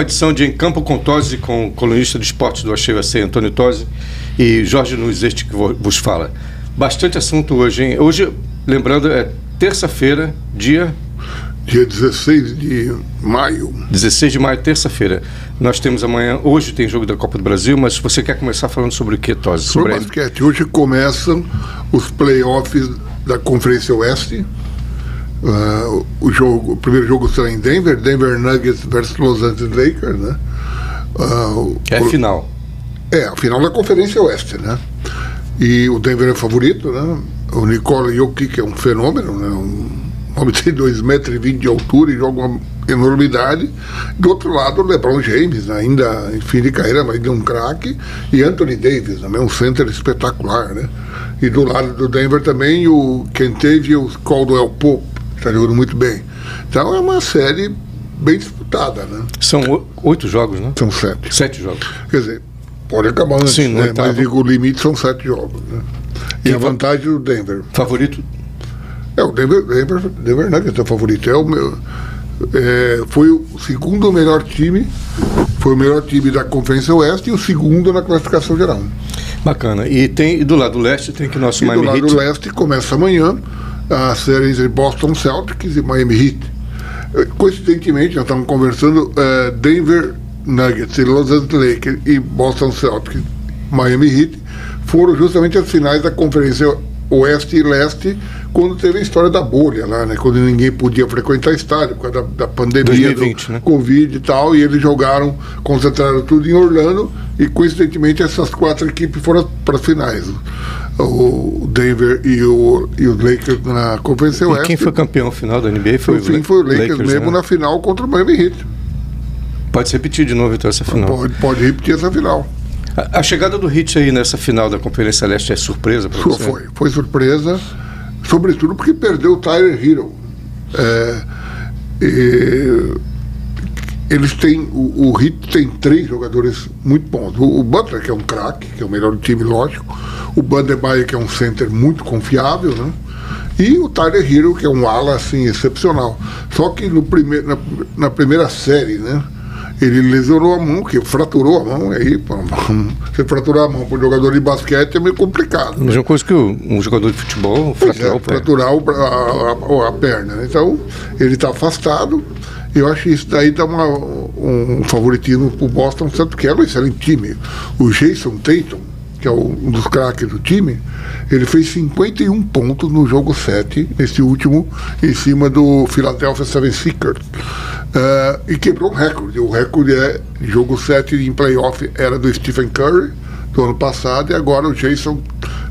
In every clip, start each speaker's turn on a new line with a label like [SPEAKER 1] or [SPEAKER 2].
[SPEAKER 1] Edição de Em Campo com Tose, com o colunista de esportes do Achei Acei, Antônio Tose e Jorge Nunes, este que vo- vos fala. Bastante assunto hoje, hein? Hoje, lembrando, é terça-feira, dia
[SPEAKER 2] Dia 16 de maio.
[SPEAKER 1] 16 de maio, terça-feira. Nós temos amanhã, hoje tem jogo da Copa do Brasil, mas você quer começar falando sobre o que, Tose?
[SPEAKER 2] No
[SPEAKER 1] Sobre a-
[SPEAKER 2] basquete, hoje começam os playoffs da Conferência Oeste. Ah, o, jogo, o primeiro jogo será em Denver, Denver Nuggets versus Los Angeles Lakers, né? Ah, o-
[SPEAKER 1] é a final.
[SPEAKER 2] É, a final da Conferência Oeste, né? E o Denver é favorito, né? O Nikola Jokic é um fenômeno, né? Um homem de 2,20 metros de altura e joga uma enormidade. Do outro lado, o LeBron James, né? ainda em fim de carreira, mas de um craque. E Anthony Davis, também um center espetacular, né? E do lado do Denver também o Kentavious Caldwell Pope, está jogando muito bem. Então é uma série bem disputada, né?
[SPEAKER 1] São o- oito jogos, né?
[SPEAKER 2] São sete.
[SPEAKER 1] Sete jogos.
[SPEAKER 2] Quer dizer, pode acabar antes,
[SPEAKER 1] Sim, no
[SPEAKER 2] né?
[SPEAKER 1] oitavo.
[SPEAKER 2] mas digo, o limite são sete jogos. Né? E
[SPEAKER 1] Quem
[SPEAKER 2] a
[SPEAKER 1] va-
[SPEAKER 2] vantagem do Denver.
[SPEAKER 1] Favorito
[SPEAKER 2] É, o Denver, Denver, Denver Nuggets é o favorito. É o meu, é, foi o segundo melhor time, foi o melhor time da Conferência Oeste e o segundo na classificação geral. né?
[SPEAKER 1] bacana. E tem e do lado leste tem que o nosso
[SPEAKER 2] E do
[SPEAKER 1] Miami
[SPEAKER 2] lado
[SPEAKER 1] Heat.
[SPEAKER 2] leste começa amanhã a série entre Boston Celtics e Miami Heat. Eh, Coincidentemente, nós estamos conversando eh, Denver Nuggets e Los Angeles Lakers e Boston Celtics, Miami Heat, foram justamente as finais da Conferência Oeste e Leste quando teve a história da bolha lá, né? Quando ninguém podia frequentar estádio por causa da, da pandemia do
[SPEAKER 1] 2020, né?
[SPEAKER 2] Covid e tal, e eles jogaram, concentraram tudo em Orlando, e coincidentemente essas quatro equipes foram para as finais. O Denver e o, e o Lakers na Conferência
[SPEAKER 1] E
[SPEAKER 2] Oeste.
[SPEAKER 1] quem foi campeão final da NBA foi
[SPEAKER 2] no é fim foi o Lakers, mesmo
[SPEAKER 1] né?
[SPEAKER 2] na final contra o Miami Heat.
[SPEAKER 1] Pode se repetir de novo então essa final.
[SPEAKER 2] Pode, pode repetir essa final.
[SPEAKER 1] A, a chegada do Hit aí nessa final da Conferência Leste é surpresa para
[SPEAKER 2] Sua
[SPEAKER 1] você?
[SPEAKER 2] foi, foi surpresa, sobretudo porque perdeu o Tyler Hero. É, e eles têm, o, o Heat tem três jogadores muito bons. O, o Butler, que é um craque, que é o melhor do time, lógico. O Bandebaia, que é um center muito confiável, né? E o Tyler Hero, que é um ala, assim, excepcional. Só que no primeiro, na, na primeira série, né? Ele lesionou a mão, que fraturou a mão, aí, pô, você fraturar a mão para um jogador de basquete é meio complicado.
[SPEAKER 1] A mesma coisa que o- um jogador de futebol
[SPEAKER 2] Pois é,
[SPEAKER 1] fraturar o pé.
[SPEAKER 2] fraturar o bra- a, a- a perna. né? Então, ele está afastado. Eu acho que isso daí dá uma- um favoritismo para o Boston, tanto que é um excelente time. O Jason Tatum, que é o- um dos craques do time, ele fez 51 pontos no jogo 7, nesse último, em cima do Philadelphia 76ers. Ah, e quebrou um recorde. O recorde é jogo 7 em playoff era do Stephen Curry, do ano passado, e agora o Jason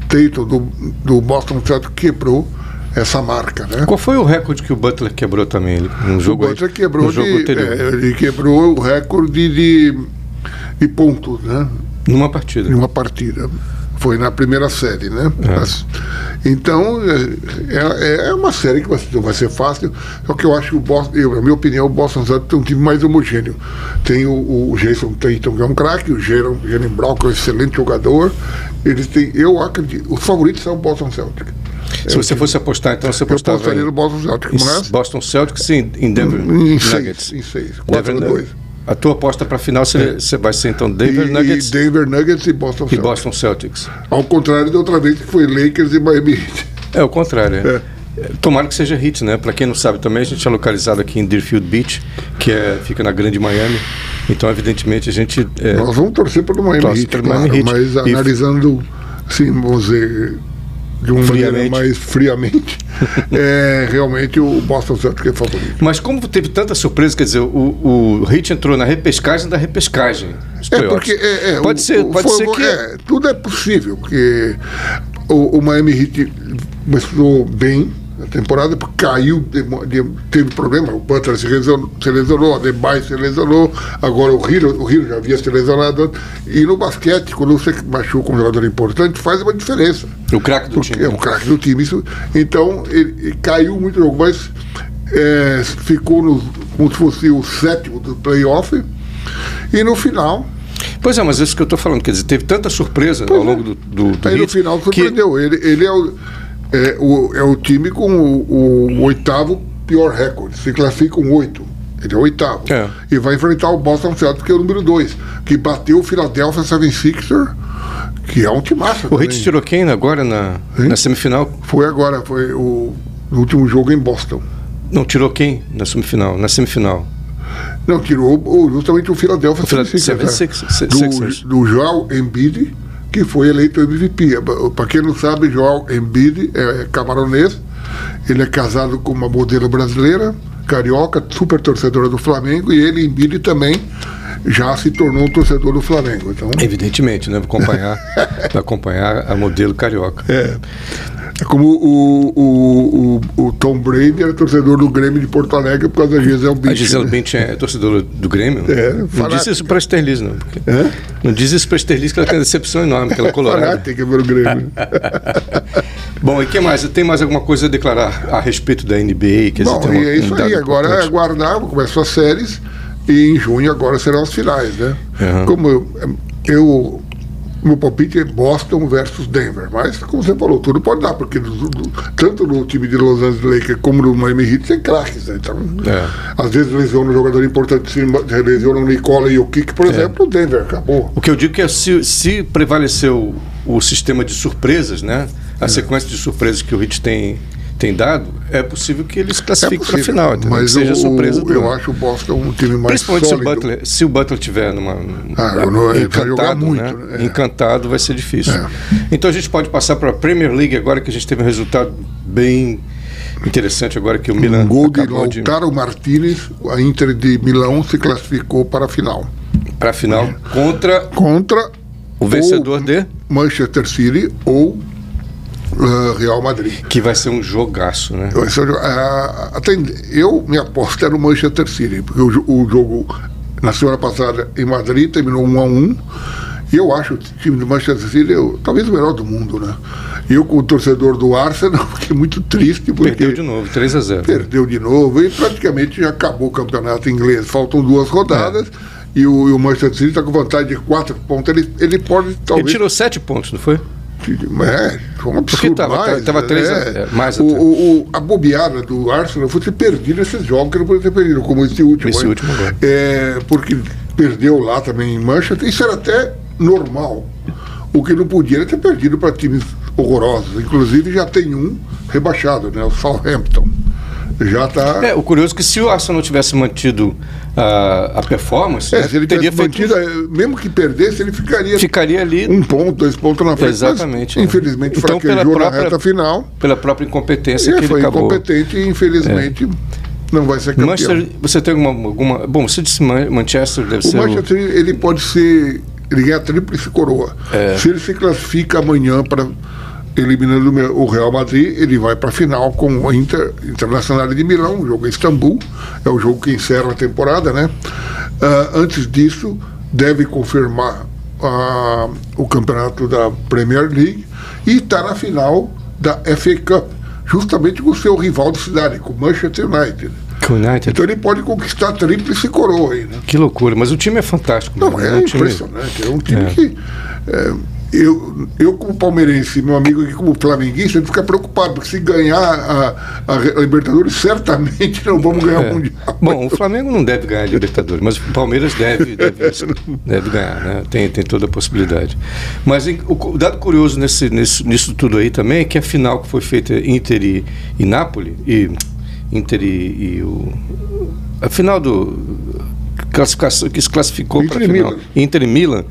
[SPEAKER 2] Tatum do, do Boston Celtics quebrou essa marca, né?
[SPEAKER 1] Qual foi o recorde que o Butler quebrou também ele, no jogo
[SPEAKER 2] o
[SPEAKER 1] aí-
[SPEAKER 2] Butler quebrou
[SPEAKER 1] no jogo
[SPEAKER 2] de,
[SPEAKER 1] anterior,
[SPEAKER 2] é, ele quebrou o recorde de, de pontos, né?
[SPEAKER 1] numa partida.
[SPEAKER 2] Em uma partida. Foi na primeira série, né?
[SPEAKER 1] É.
[SPEAKER 2] Mas- então, é, é- é uma série que vai, ser- vai ser fácil, só que eu acho que o Boston, eu, na minha opinião, o Boston Celtics é um time mais homogêneo. Tem o, o Jason Tatum, que é um craque, o Jerem Jerem Brown, que é um excelente jogador. Eles têm, eu acredito, os favoritos são o Boston Celtics.
[SPEAKER 1] Se você fosse apostar, então você
[SPEAKER 2] Eu
[SPEAKER 1] apostava
[SPEAKER 2] apostaria no
[SPEAKER 1] em,
[SPEAKER 2] Boston Celtics,
[SPEAKER 1] em
[SPEAKER 2] mas
[SPEAKER 1] Boston Celtics e em em Denver
[SPEAKER 2] em
[SPEAKER 1] Nuggets.
[SPEAKER 2] seis, em seis,
[SPEAKER 1] Denver
[SPEAKER 2] 4 a 2.
[SPEAKER 1] Nuggets. A tua aposta para a final seria- você vai ser então Denver
[SPEAKER 2] É. e,
[SPEAKER 1] Nuggets
[SPEAKER 2] e Denver Nuggets e Boston
[SPEAKER 1] e
[SPEAKER 2] Celtics.
[SPEAKER 1] Boston Celtics.
[SPEAKER 2] Ao contrário da outra vez que foi Lakers e Miami Heat.
[SPEAKER 1] É o contrário. é. Tomara que seja hit, né? Para quem não sabe também, a gente é localizado aqui em Deerfield Beach, que é, fica na Grande Miami. Então, evidentemente, a gente. é,
[SPEAKER 2] Nós vamos torcer para o Miami
[SPEAKER 1] Torce
[SPEAKER 2] Heat,
[SPEAKER 1] pro
[SPEAKER 2] claro,
[SPEAKER 1] Miami Heat.
[SPEAKER 2] mas
[SPEAKER 1] E-
[SPEAKER 2] analisando, assim, vamos dizer, de uma
[SPEAKER 1] Friamente.
[SPEAKER 2] maneira mais friamente, é, realmente o Boston Celtics é favorito.
[SPEAKER 1] Mas como teve tanta surpresa, quer dizer, o, o hit entrou na repescagem da repescagem. dos
[SPEAKER 2] É
[SPEAKER 1] playoffs.
[SPEAKER 2] porque é, é,
[SPEAKER 1] pode
[SPEAKER 2] o-
[SPEAKER 1] ser,
[SPEAKER 2] o-
[SPEAKER 1] pode
[SPEAKER 2] foi-
[SPEAKER 1] ser que.
[SPEAKER 2] é, tudo é possível, porque o, o Miami Heat começou bem a temporada, porque caiu, de- de- teve problema, o Butler se lesionou, se lesionou, a Debye se lesionou, agora o Hero, o Hero já havia se lesionado. antes. E no basquete, quando você machuca um jogador importante, faz uma diferença.
[SPEAKER 1] O craque do time.
[SPEAKER 2] É um craque do time. Isso, então, ele, ele caiu muito jogo, mas é, ficou no, como se fosse o sétimo do playoff. E no final,
[SPEAKER 1] Pois é, mas isso que eu tô falando, quer dizer, teve tanta surpresa ao longo do, do, do
[SPEAKER 2] é. aí no
[SPEAKER 1] hit
[SPEAKER 2] final
[SPEAKER 1] que
[SPEAKER 2] surpreendeu. Ele, ele é, o, é, o, é o time com o, o oitavo pior recorde. Se classificam oito. Ele é o oitavo.
[SPEAKER 1] É.
[SPEAKER 2] E vai enfrentar o Boston Celtics, que é o número dois, que bateu o Philadelphia 76er, que é um timaço.
[SPEAKER 1] O
[SPEAKER 2] também.
[SPEAKER 1] Heat tirou quem agora na, na semifinal?
[SPEAKER 2] Foi agora, foi o no último jogo em Boston.
[SPEAKER 1] Não, tirou quem na semifinal? Na semifinal.
[SPEAKER 2] Não, tirou o, justamente o Philadelphia
[SPEAKER 1] O Phila-
[SPEAKER 2] 76ers,
[SPEAKER 1] 76ers, Sixers.
[SPEAKER 2] Do, do Joel Embiid, que foi eleito MVP. Para quem não sabe, Joel Embiid é camaronês, ele é casado com uma modelo brasileira, carioca, super torcedora do Flamengo, e ele, Embiid, também já se tornou um torcedor do Flamengo. Então,
[SPEAKER 1] Evidentemente, né? Vou acompanhar, vou acompanhar a modelo carioca.
[SPEAKER 2] é como o, o, o, o Tom Brady era torcedor do Grêmio de Porto Alegre por causa da Gisele Bündchen. né?
[SPEAKER 1] A Gisele Bündchen é torcedora do Grêmio.
[SPEAKER 2] É,
[SPEAKER 1] não
[SPEAKER 2] fanática.
[SPEAKER 1] diz isso para Sterlis, não. porque-
[SPEAKER 2] Hã? Ah,
[SPEAKER 1] Não diz isso para Sterlis, que ela tem uma decepção enorme, que ela é colorada.
[SPEAKER 2] Fanática pelo Grêmio.
[SPEAKER 1] Ah, Bom, e que mais? Tem mais alguma coisa a declarar a respeito da NBA? Quer dizer,
[SPEAKER 2] Bom,
[SPEAKER 1] tem uma-
[SPEAKER 2] e é isso
[SPEAKER 1] um
[SPEAKER 2] aí.
[SPEAKER 1] dado
[SPEAKER 2] Agora é
[SPEAKER 1] importante?
[SPEAKER 2] aguardar, começam as séries e em junho agora serão as finais, né?
[SPEAKER 1] Aham.
[SPEAKER 2] Como eu, eu- meu palpite é Boston versus Denver, mas como você falou, tudo pode dar, porque do- do- tanto no time de Los Angeles Lakers como no Miami Heat tem craques, né? Então,
[SPEAKER 1] É.
[SPEAKER 2] às vezes lesiona um jogador importantíssimo, lesiona o Nicola e o Kik,
[SPEAKER 1] É.
[SPEAKER 2] por exemplo, o Denver acabou.
[SPEAKER 1] O que eu digo que é se, se prevaleceu o sistema de surpresas, né?
[SPEAKER 2] É.
[SPEAKER 1] A sequência de surpresas que o Hit tem, tem dado, é possível que eles classifiquem para a
[SPEAKER 2] É possível,
[SPEAKER 1] final. entendeu?
[SPEAKER 2] mas
[SPEAKER 1] que seja
[SPEAKER 2] o-
[SPEAKER 1] surpresa.
[SPEAKER 2] eu
[SPEAKER 1] do-
[SPEAKER 2] acho o Boston um time mais
[SPEAKER 1] Principalmente se o,
[SPEAKER 2] sólido.
[SPEAKER 1] Butler, se o Butler tiver numa.
[SPEAKER 2] Ah, eu não- ele precisa jogar muito,
[SPEAKER 1] né?
[SPEAKER 2] né? É.
[SPEAKER 1] Encantado vai ser difícil.
[SPEAKER 2] É.
[SPEAKER 1] Então a gente pode passar para a Premier League agora que a gente teve um resultado bem interessante agora que o Milan
[SPEAKER 2] Um gol de
[SPEAKER 1] acabou de
[SPEAKER 2] Lautaro Martinez, a Inter de Milão se classificou para a final.
[SPEAKER 1] para a final
[SPEAKER 2] É.
[SPEAKER 1] contra
[SPEAKER 2] Contra
[SPEAKER 1] o vencedor de
[SPEAKER 2] Manchester City ou ah, Real Madrid.
[SPEAKER 1] que vai ser um jogaço, né?
[SPEAKER 2] Eu, esse é o jo- ah, atende- eu me aposto era no Manchester City, porque o, jo- o jogo na semana passada em Madrid terminou 1 a 1 e eu acho o time do Manchester City eu- talvez o melhor do mundo, né? Eu, como torcedor do Arsenal, fiquei muito triste porque
[SPEAKER 1] Perdeu de novo, 3 a 0.
[SPEAKER 2] perdeu de novo e praticamente já acabou o campeonato inglês. Faltam duas rodadas
[SPEAKER 1] É.
[SPEAKER 2] e, o, e o Manchester City está com vantagem de quatro pontos. Ele, ele pode
[SPEAKER 1] Ele
[SPEAKER 2] talvez.
[SPEAKER 1] tirou 7 pontos, não foi?
[SPEAKER 2] É, foi um absurdo.
[SPEAKER 1] tava-
[SPEAKER 2] mais, né?
[SPEAKER 1] tava três a- é, mais a
[SPEAKER 2] o,
[SPEAKER 1] três.
[SPEAKER 2] o- o- a bobeada do Arsenal foi ter perdido esses jogos que não podia ter perdido, como esse último.
[SPEAKER 1] Esse
[SPEAKER 2] aí.
[SPEAKER 1] último agora.
[SPEAKER 2] É, porque perdeu lá também em Manchester. Isso era até normal. O que não podia era ter perdido para times horrorosos. Inclusive já tem um rebaixado, né? O Southampton. Já tá está.
[SPEAKER 1] É, o curioso é que se o Arsenal tivesse mantido ah, a performance,
[SPEAKER 2] É,
[SPEAKER 1] né,
[SPEAKER 2] se ele
[SPEAKER 1] teria
[SPEAKER 2] tivesse
[SPEAKER 1] feito,
[SPEAKER 2] mantido, eh, mesmo que perdesse, ele ficaria
[SPEAKER 1] ficaria ali
[SPEAKER 2] um ponto, dois pontos na frente.
[SPEAKER 1] Exatamente,
[SPEAKER 2] Mas,
[SPEAKER 1] né?
[SPEAKER 2] infelizmente,
[SPEAKER 1] Então,
[SPEAKER 2] fraquejou
[SPEAKER 1] pela
[SPEAKER 2] na
[SPEAKER 1] própria-
[SPEAKER 2] reta final.
[SPEAKER 1] pela própria incompetência que
[SPEAKER 2] É,
[SPEAKER 1] ele
[SPEAKER 2] foi
[SPEAKER 1] acabou. É.
[SPEAKER 2] incompetente e, infelizmente, não vai ser campeão.
[SPEAKER 1] Manchester, você tem alguma, alguma. Bom, você disse Man- Manchester deve
[SPEAKER 2] o
[SPEAKER 1] ser. o-
[SPEAKER 2] Manchester, ele pode ser... Ele ganha a tríplice coroa. Se ele se classifica amanhã para... Eliminando o Me- o Real Madrid, ele vai para a final com o Inter, Internacional de Milão, o jogo em Istambul, é o jogo que encerra a temporada, né? Ah, antes disso, deve confirmar ah, o campeonato da Premier League e está na final da FA Cup, justamente com o seu rival de cidade, com o Manchester United.
[SPEAKER 1] Que United.
[SPEAKER 2] Então ele pode conquistar a tríplice coroa aí, né?
[SPEAKER 1] Que loucura, mas o time é fantástico.
[SPEAKER 2] Não,
[SPEAKER 1] né?
[SPEAKER 2] é
[SPEAKER 1] um time-
[SPEAKER 2] impressionante. É um time
[SPEAKER 1] É.
[SPEAKER 2] que. é, eu, eu, como palmeirense, meu amigo aqui como flamenguista, ele fica preocupado, porque se ganhar a, a Libertadores, certamente não vamos ganhar
[SPEAKER 1] é.
[SPEAKER 2] o Mundial.
[SPEAKER 1] Bom, o Flamengo não deve ganhar a Libertadores, mas o Palmeiras deve, deve, deve ganhar, né? Tem, tem toda a possibilidade. Mas em- o cu- dado curioso nesse, nesse- nisso tudo aí também é que a final que foi feita Inter e, e Nápoles, e Inter e, e o. A final do. Classificação, que se classificou
[SPEAKER 2] Inter
[SPEAKER 1] para a
[SPEAKER 2] e
[SPEAKER 1] final.
[SPEAKER 2] Milan.
[SPEAKER 1] Inter e Milan.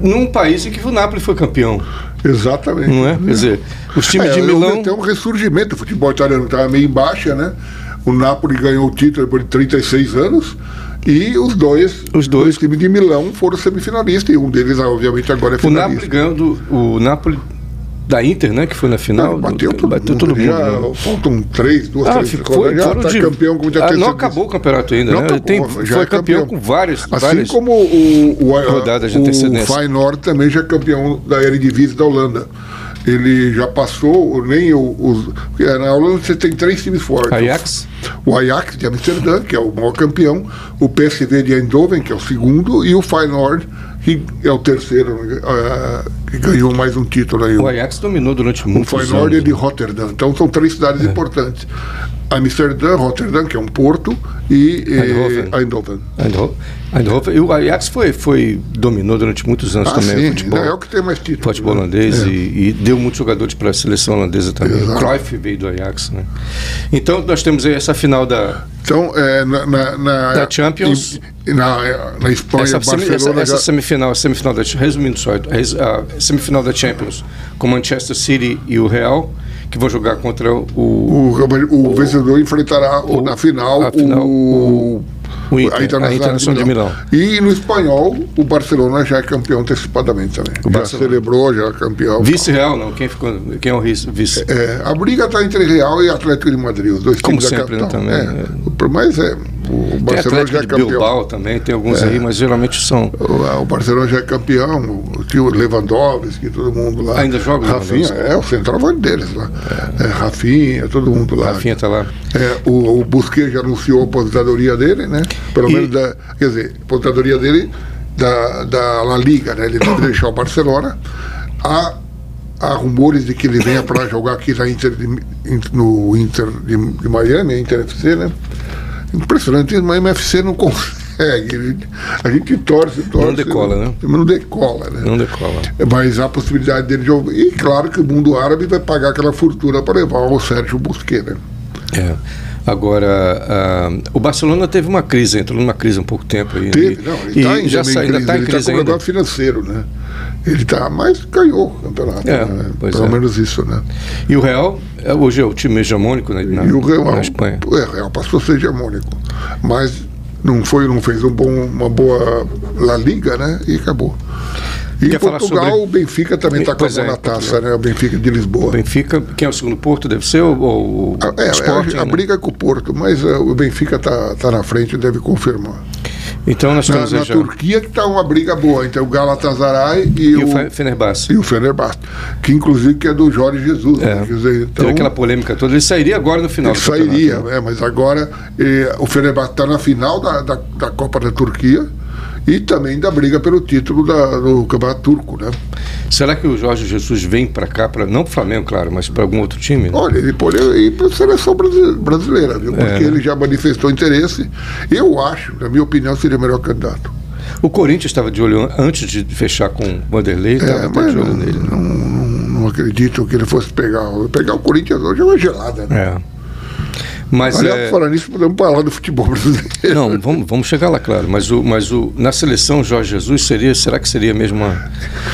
[SPEAKER 1] Num país em que o Nápoles foi campeão,
[SPEAKER 2] Exatamente.
[SPEAKER 1] não é? Quer dizer, os times
[SPEAKER 2] É,
[SPEAKER 1] de
[SPEAKER 2] houve
[SPEAKER 1] Milão.
[SPEAKER 2] até um ressurgimento. O futebol italiano estava meio em baixa, né? O Napoli ganhou o título depois de 36 anos. E os dois,
[SPEAKER 1] Os dois.
[SPEAKER 2] times de Milão foram semifinalistas. E um deles, obviamente, agora é
[SPEAKER 1] O Napoli
[SPEAKER 2] finalista.
[SPEAKER 1] ganhou do, o Napoli da Inter, né? Que foi na final.
[SPEAKER 2] Não, É, bateu todo
[SPEAKER 1] bateu
[SPEAKER 2] mundo.
[SPEAKER 1] todo mundo,
[SPEAKER 2] já
[SPEAKER 1] né?
[SPEAKER 2] Faltam três, duas,
[SPEAKER 1] Ah,
[SPEAKER 2] três
[SPEAKER 1] ficou,
[SPEAKER 2] rodadas, já
[SPEAKER 1] foram
[SPEAKER 2] tá
[SPEAKER 1] de-
[SPEAKER 2] campeão como já
[SPEAKER 1] Ah,
[SPEAKER 2] tem
[SPEAKER 1] não
[SPEAKER 2] sido
[SPEAKER 1] acabou o campeonato ainda,
[SPEAKER 2] Não
[SPEAKER 1] né?
[SPEAKER 2] acabou,
[SPEAKER 1] Tem-
[SPEAKER 2] já
[SPEAKER 1] foi
[SPEAKER 2] é
[SPEAKER 1] campeão,
[SPEAKER 2] campeão.
[SPEAKER 1] com várias,
[SPEAKER 2] Assim
[SPEAKER 1] várias-
[SPEAKER 2] como o, o, a-
[SPEAKER 1] rodadas de
[SPEAKER 2] o
[SPEAKER 1] antecedência.
[SPEAKER 2] Feyenoord também já é campeão da Eredivisie da Holanda. Ele já passou, nem o- os. é, Na Holanda você tem três times fortes.
[SPEAKER 1] Ajax.
[SPEAKER 2] O Ajax de Amsterdã, que é o maior campeão, o PSV de Eindhoven, que é o segundo, e o Feyenoord, que é o terceiro, né, ah, que ganhou mais um título aí.
[SPEAKER 1] O Ajax dominou durante
[SPEAKER 2] O
[SPEAKER 1] muitos
[SPEAKER 2] Feyenoord é
[SPEAKER 1] anos.
[SPEAKER 2] de Rotterdam. Então são três cidades importantes. Amsterdã, Rotterdam, que é um porto, e eh, Eindhoven.
[SPEAKER 1] Eindhoven. Eindhoven. E o Ajax foi, foi, dominou durante muitos anos
[SPEAKER 2] Ah,
[SPEAKER 1] também o
[SPEAKER 2] sim,
[SPEAKER 1] futebol,
[SPEAKER 2] não, é o que tem mais título.
[SPEAKER 1] futebol
[SPEAKER 2] né?
[SPEAKER 1] holandês e, e deu muitos jogadores para a seleção holandesa também.
[SPEAKER 2] Exato.
[SPEAKER 1] O Cruyff veio do Ajax, né? Então nós temos aí essa final da
[SPEAKER 2] Então, é, na, na, na-
[SPEAKER 1] Da É, Champions.
[SPEAKER 2] em- na, na Espanha,
[SPEAKER 1] essa, semi- essa-
[SPEAKER 2] Barcelona.
[SPEAKER 1] essa
[SPEAKER 2] já-
[SPEAKER 1] semifinal, semifinal da resumindo só, a res- a semifinal da Champions com Manchester City e o Real que vão jogar contra o,
[SPEAKER 2] O, o vencedor enfrentará o- na final,
[SPEAKER 1] a final,
[SPEAKER 2] o,
[SPEAKER 1] o Inter, a Internacional de Milão.
[SPEAKER 2] E no espanhol, o Barcelona já é campeão antecipadamente também. já
[SPEAKER 1] Barcelona.
[SPEAKER 2] celebrou, já é campeão.
[SPEAKER 1] vice-real, não? Quem ficou? Quem é o vice- vice?
[SPEAKER 2] É, a briga está entre Real e Atlético de Madrid, os dois
[SPEAKER 1] Como
[SPEAKER 2] times
[SPEAKER 1] sempre, né,
[SPEAKER 2] da capital.
[SPEAKER 1] também, né?
[SPEAKER 2] É, o- Mas é, o
[SPEAKER 1] Tem
[SPEAKER 2] Barcelona já
[SPEAKER 1] Atlético
[SPEAKER 2] é
[SPEAKER 1] de
[SPEAKER 2] campeão. É.
[SPEAKER 1] Bilbao também, tem alguns aí, mas geralmente são
[SPEAKER 2] O, a- o Barcelona já é campeão, o tio Lewandowski, todo mundo lá.
[SPEAKER 1] Ainda joga o
[SPEAKER 2] Rafinha,
[SPEAKER 1] Lewandowski?
[SPEAKER 2] é o centroavante deles lá. É, Rafinha, todo mundo lá.
[SPEAKER 1] Rafinha tá lá.
[SPEAKER 2] É, o, o Busquet já anunciou a aposentadoria dele, né? Pelo
[SPEAKER 1] E-
[SPEAKER 2] menos da. Quer dizer, aposentadoria dele da, da La Liga, né? Ele deve deixar o Barcelona. Há, há rumores de que ele venha para jogar aqui na Inter de, in- no Inter de, de Miami, Inter FC, né? Impressionante, mas o MFC não consegue. Ele- A gente torce, torce.
[SPEAKER 1] decola, né?
[SPEAKER 2] Não decola, né?
[SPEAKER 1] não decola.
[SPEAKER 2] Mas há a possibilidade dele jogar. E claro que o mundo árabe vai pagar aquela fortuna para levar o Sérgio Busquet, né?
[SPEAKER 1] É. Agora, ah, o Barcelona teve uma crise, entrou numa crise há um pouco tempo aí.
[SPEAKER 2] Teve,
[SPEAKER 1] E-
[SPEAKER 2] não, ele está
[SPEAKER 1] e
[SPEAKER 2] ainda,
[SPEAKER 1] já
[SPEAKER 2] meio
[SPEAKER 1] sa- ainda está em
[SPEAKER 2] ele
[SPEAKER 1] crise
[SPEAKER 2] está com
[SPEAKER 1] ainda.
[SPEAKER 2] problema financeiro, né? Ele está, mas ganhou o campeonato,
[SPEAKER 1] É,
[SPEAKER 2] né?
[SPEAKER 1] pois
[SPEAKER 2] pelo
[SPEAKER 1] é.
[SPEAKER 2] menos isso, né?
[SPEAKER 1] E o Real, é, hoje é o time hegemônico na, na,
[SPEAKER 2] e o Real,
[SPEAKER 1] É, na Espanha.
[SPEAKER 2] é, o Real passou a ser hegemônico, mas não foi, não fez um bom, uma boa La Liga, né? E acabou. E
[SPEAKER 1] Quer
[SPEAKER 2] em
[SPEAKER 1] falar
[SPEAKER 2] Portugal,
[SPEAKER 1] sobre-
[SPEAKER 2] o Benfica também está com a
[SPEAKER 1] Pois
[SPEAKER 2] mão
[SPEAKER 1] é,
[SPEAKER 2] na
[SPEAKER 1] em
[SPEAKER 2] taça, né? O Benfica de Lisboa.
[SPEAKER 1] Benfica, quem é o segundo Porto? Deve ser o, o, o
[SPEAKER 2] Ah, É,
[SPEAKER 1] Sporting,
[SPEAKER 2] a, a
[SPEAKER 1] né?
[SPEAKER 2] briga é com o Porto, mas eh, o Benfica está tá na frente, deve confirmar.
[SPEAKER 1] Então nós
[SPEAKER 2] Na,
[SPEAKER 1] temos aí
[SPEAKER 2] na
[SPEAKER 1] já.
[SPEAKER 2] Turquia que está uma briga boa entre o Galatasaray e,
[SPEAKER 1] E o
[SPEAKER 2] o
[SPEAKER 1] Fe- Fenerbahçe.
[SPEAKER 2] e o Fenerbahçe, que inclusive que é do Jorge Jesus. né? Quer dizer, então,
[SPEAKER 1] É. Teve aquela polêmica toda. Ele sairia agora no final.
[SPEAKER 2] ele
[SPEAKER 1] do campeonato,
[SPEAKER 2] sairia,
[SPEAKER 1] né?
[SPEAKER 2] né? mas agora eh, o Fenerbahçe está na final da, da, da Copa da Turquia e também da briga pelo título da- do Campeonato Turco, né?
[SPEAKER 1] Será que o Jorge Jesus vem para cá, pra, não para o Flamengo, claro, mas para algum outro time? né?
[SPEAKER 2] Olha, ele pode ir para a seleção brasi- brasileira, viu? Porque
[SPEAKER 1] né?
[SPEAKER 2] ele já manifestou interesse. Eu acho, na minha opinião, seria o melhor candidato.
[SPEAKER 1] O Corinthians estava de olho antes de fechar com o Vanderlei, estava até
[SPEAKER 2] É, mas
[SPEAKER 1] de olho
[SPEAKER 2] não,
[SPEAKER 1] nele. né?
[SPEAKER 2] não, não- não acredito que ele fosse pegar. o- Pegar o Corinthians hoje é uma gelada, né?
[SPEAKER 1] É. Mas
[SPEAKER 2] Aliás,
[SPEAKER 1] é,
[SPEAKER 2] falando nisso, podemos falar do futebol brasileiro.
[SPEAKER 1] Não, vamos, vamos chegar lá, claro. Mas, o, mas o, na seleção, Jorge Jesus seria, será que seria mesmo uma...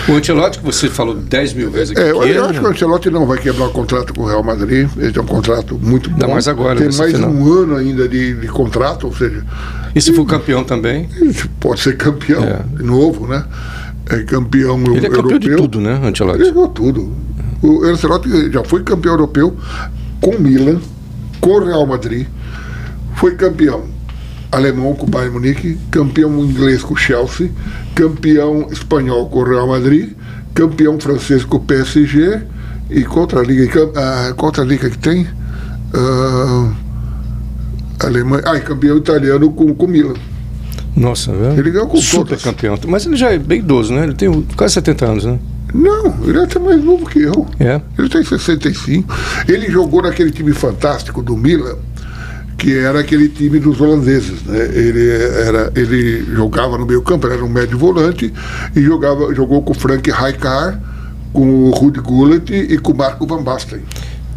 [SPEAKER 1] O Antelote, que você falou 10 mil vezes aqui.
[SPEAKER 2] É,
[SPEAKER 1] que
[SPEAKER 2] eu
[SPEAKER 1] ele-
[SPEAKER 2] acho que o Ancelotti não vai quebrar o contrato com o Real Madrid. Ele tem um contrato muito bom.
[SPEAKER 1] Ainda mais agora,
[SPEAKER 2] Tem
[SPEAKER 1] nessa
[SPEAKER 2] mais
[SPEAKER 1] final.
[SPEAKER 2] um ano ainda de, de contrato, ou seja,
[SPEAKER 1] é, E se for campeão também?
[SPEAKER 2] ele pode ser campeão
[SPEAKER 1] É.
[SPEAKER 2] de novo, né? É campeão
[SPEAKER 1] Ele é campeão
[SPEAKER 2] europeu.
[SPEAKER 1] de tudo, né, Antelote?
[SPEAKER 2] Ele ganhou tudo. O Ancelotti já foi campeão europeu com o Milan, com o Real Madrid, foi campeão alemão com o Bayern Munique, campeão inglês com o Chelsea, campeão espanhol com o Real Madrid, campeão francês com o PSG e contra a liga, e cam- ah, contra a liga que tem Ah, Alemanha, ah, e campeão italiano com, com o Milan.
[SPEAKER 1] Nossa, velho.
[SPEAKER 2] Ele ganhou com
[SPEAKER 1] Super
[SPEAKER 2] todas.
[SPEAKER 1] campeão. Mas ele já é bem idoso, né? Ele tem o- quase 70 anos, né?
[SPEAKER 2] Não, ele é até mais novo que eu.
[SPEAKER 1] É.
[SPEAKER 2] Ele tem 65. Ele jogou naquele time fantástico do Milan, que era aquele time dos holandeses. Né? Ele, era, ele jogava no meio campo, ele era um médio volante, e jogava, jogou com o Frank Rijkaard, com o Rudy Gullit e com o Marco Van Basten.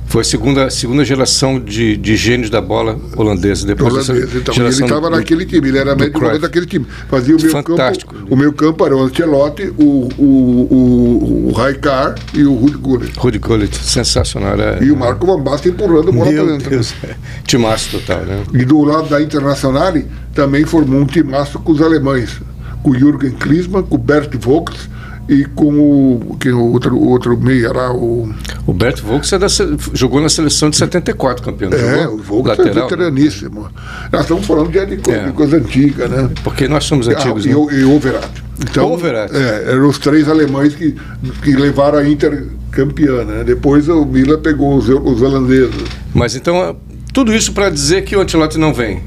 [SPEAKER 1] Foi a segunda, segunda geração de, de gênios da bola holandesa. Depois dessa
[SPEAKER 2] holandês. Então, ele
[SPEAKER 1] geração
[SPEAKER 2] estava
[SPEAKER 1] do-
[SPEAKER 2] naquele time, ele era médio
[SPEAKER 1] Cruyff.
[SPEAKER 2] volante daquele time. Fazia o meio
[SPEAKER 1] Fantástico.
[SPEAKER 2] campo. O meio campo era o Ancelotti, o, o, o, o Rijkaard e o Rudy Gullit.
[SPEAKER 1] Rudy Gullit, sensacional. Era...
[SPEAKER 2] E o Marco Van Basten empurrando a bola para
[SPEAKER 1] Meu
[SPEAKER 2] dentro. né?
[SPEAKER 1] Deus. Timaço total, né?
[SPEAKER 2] E do lado da Internacional também formou um timaço com os alemães, com o Jürgen Klinsmann, com o Bert Vogts e com o, que é o outro, o outro meio era o.
[SPEAKER 1] O Bert Volks é da se- jogou na seleção de 74, campeão.
[SPEAKER 2] Hum.
[SPEAKER 1] né?
[SPEAKER 2] É,
[SPEAKER 1] jogou?
[SPEAKER 2] o Vogts é
[SPEAKER 1] Lateral, né?
[SPEAKER 2] veteraníssimo. Nós estamos falando já de, co-
[SPEAKER 1] É.
[SPEAKER 2] de coisa antiga, né?
[SPEAKER 1] Porque nós somos
[SPEAKER 2] Ah,
[SPEAKER 1] antigos,
[SPEAKER 2] e,
[SPEAKER 1] né?
[SPEAKER 2] o- e o Verratti. Então,
[SPEAKER 1] Verratti.
[SPEAKER 2] É, eram os três alemães que, que levaram a Inter campeã, né? Depois o Milan pegou os, os holandeses.
[SPEAKER 1] Mas então, ah, tudo isso para dizer que o Antilote não vem.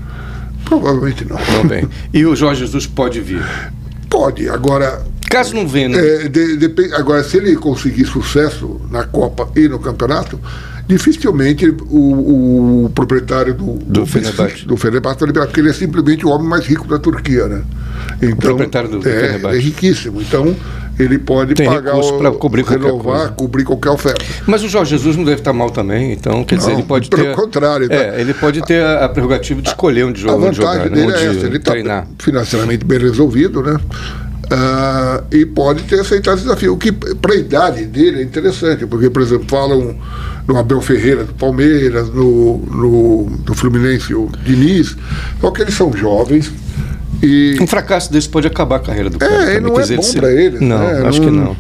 [SPEAKER 2] Provavelmente não.
[SPEAKER 1] Não vem. e o Jorge Jesus pode vir.
[SPEAKER 2] Pode. Agora,
[SPEAKER 1] Caso não venha, né?
[SPEAKER 2] É, de- depe- agora, se ele conseguir sucesso na Copa e no campeonato, dificilmente o, o proprietário do,
[SPEAKER 1] Do Fenerbahçe.
[SPEAKER 2] do Fenerbahçe vai liberar, porque ele é simplesmente o homem mais rico da Turquia, né? Então,
[SPEAKER 1] proprietário do- do
[SPEAKER 2] é,
[SPEAKER 1] Fenerbahçe.
[SPEAKER 2] é riquíssimo. Então, ele pode
[SPEAKER 1] Tem
[SPEAKER 2] pagar
[SPEAKER 1] recurso
[SPEAKER 2] o-
[SPEAKER 1] pra cobrir qualquer
[SPEAKER 2] renovar,
[SPEAKER 1] coisa.
[SPEAKER 2] cobrir qualquer oferta.
[SPEAKER 1] Mas o Jorge Jesus não deve estar mal também, então, quer dizer,
[SPEAKER 2] Não,
[SPEAKER 1] ele pode
[SPEAKER 2] pelo
[SPEAKER 1] ter.
[SPEAKER 2] contrário, tá?
[SPEAKER 1] É, ele pode ter a, a prerrogativa de escolher onde
[SPEAKER 2] A
[SPEAKER 1] jogar, onde
[SPEAKER 2] vantagem
[SPEAKER 1] jogar, né?
[SPEAKER 2] dele
[SPEAKER 1] onde
[SPEAKER 2] é essa, ele está
[SPEAKER 1] treinar.
[SPEAKER 2] financeiramente bem resolvido, né? Ah, e pode ter aceitado esse desafio, o que para a idade dele é interessante, porque, por exemplo, falam no Abel Ferreira do Palmeiras, no, no, no Fluminense, o Diniz, só que eles são jovens e
[SPEAKER 1] Um fracasso desse pode acabar a carreira do cara.
[SPEAKER 2] ele
[SPEAKER 1] também,
[SPEAKER 2] não
[SPEAKER 1] quer
[SPEAKER 2] é
[SPEAKER 1] dizer,
[SPEAKER 2] bom
[SPEAKER 1] se-
[SPEAKER 2] pra eles,
[SPEAKER 1] Não,
[SPEAKER 2] né?
[SPEAKER 1] acho que
[SPEAKER 2] Não-
[SPEAKER 1] não.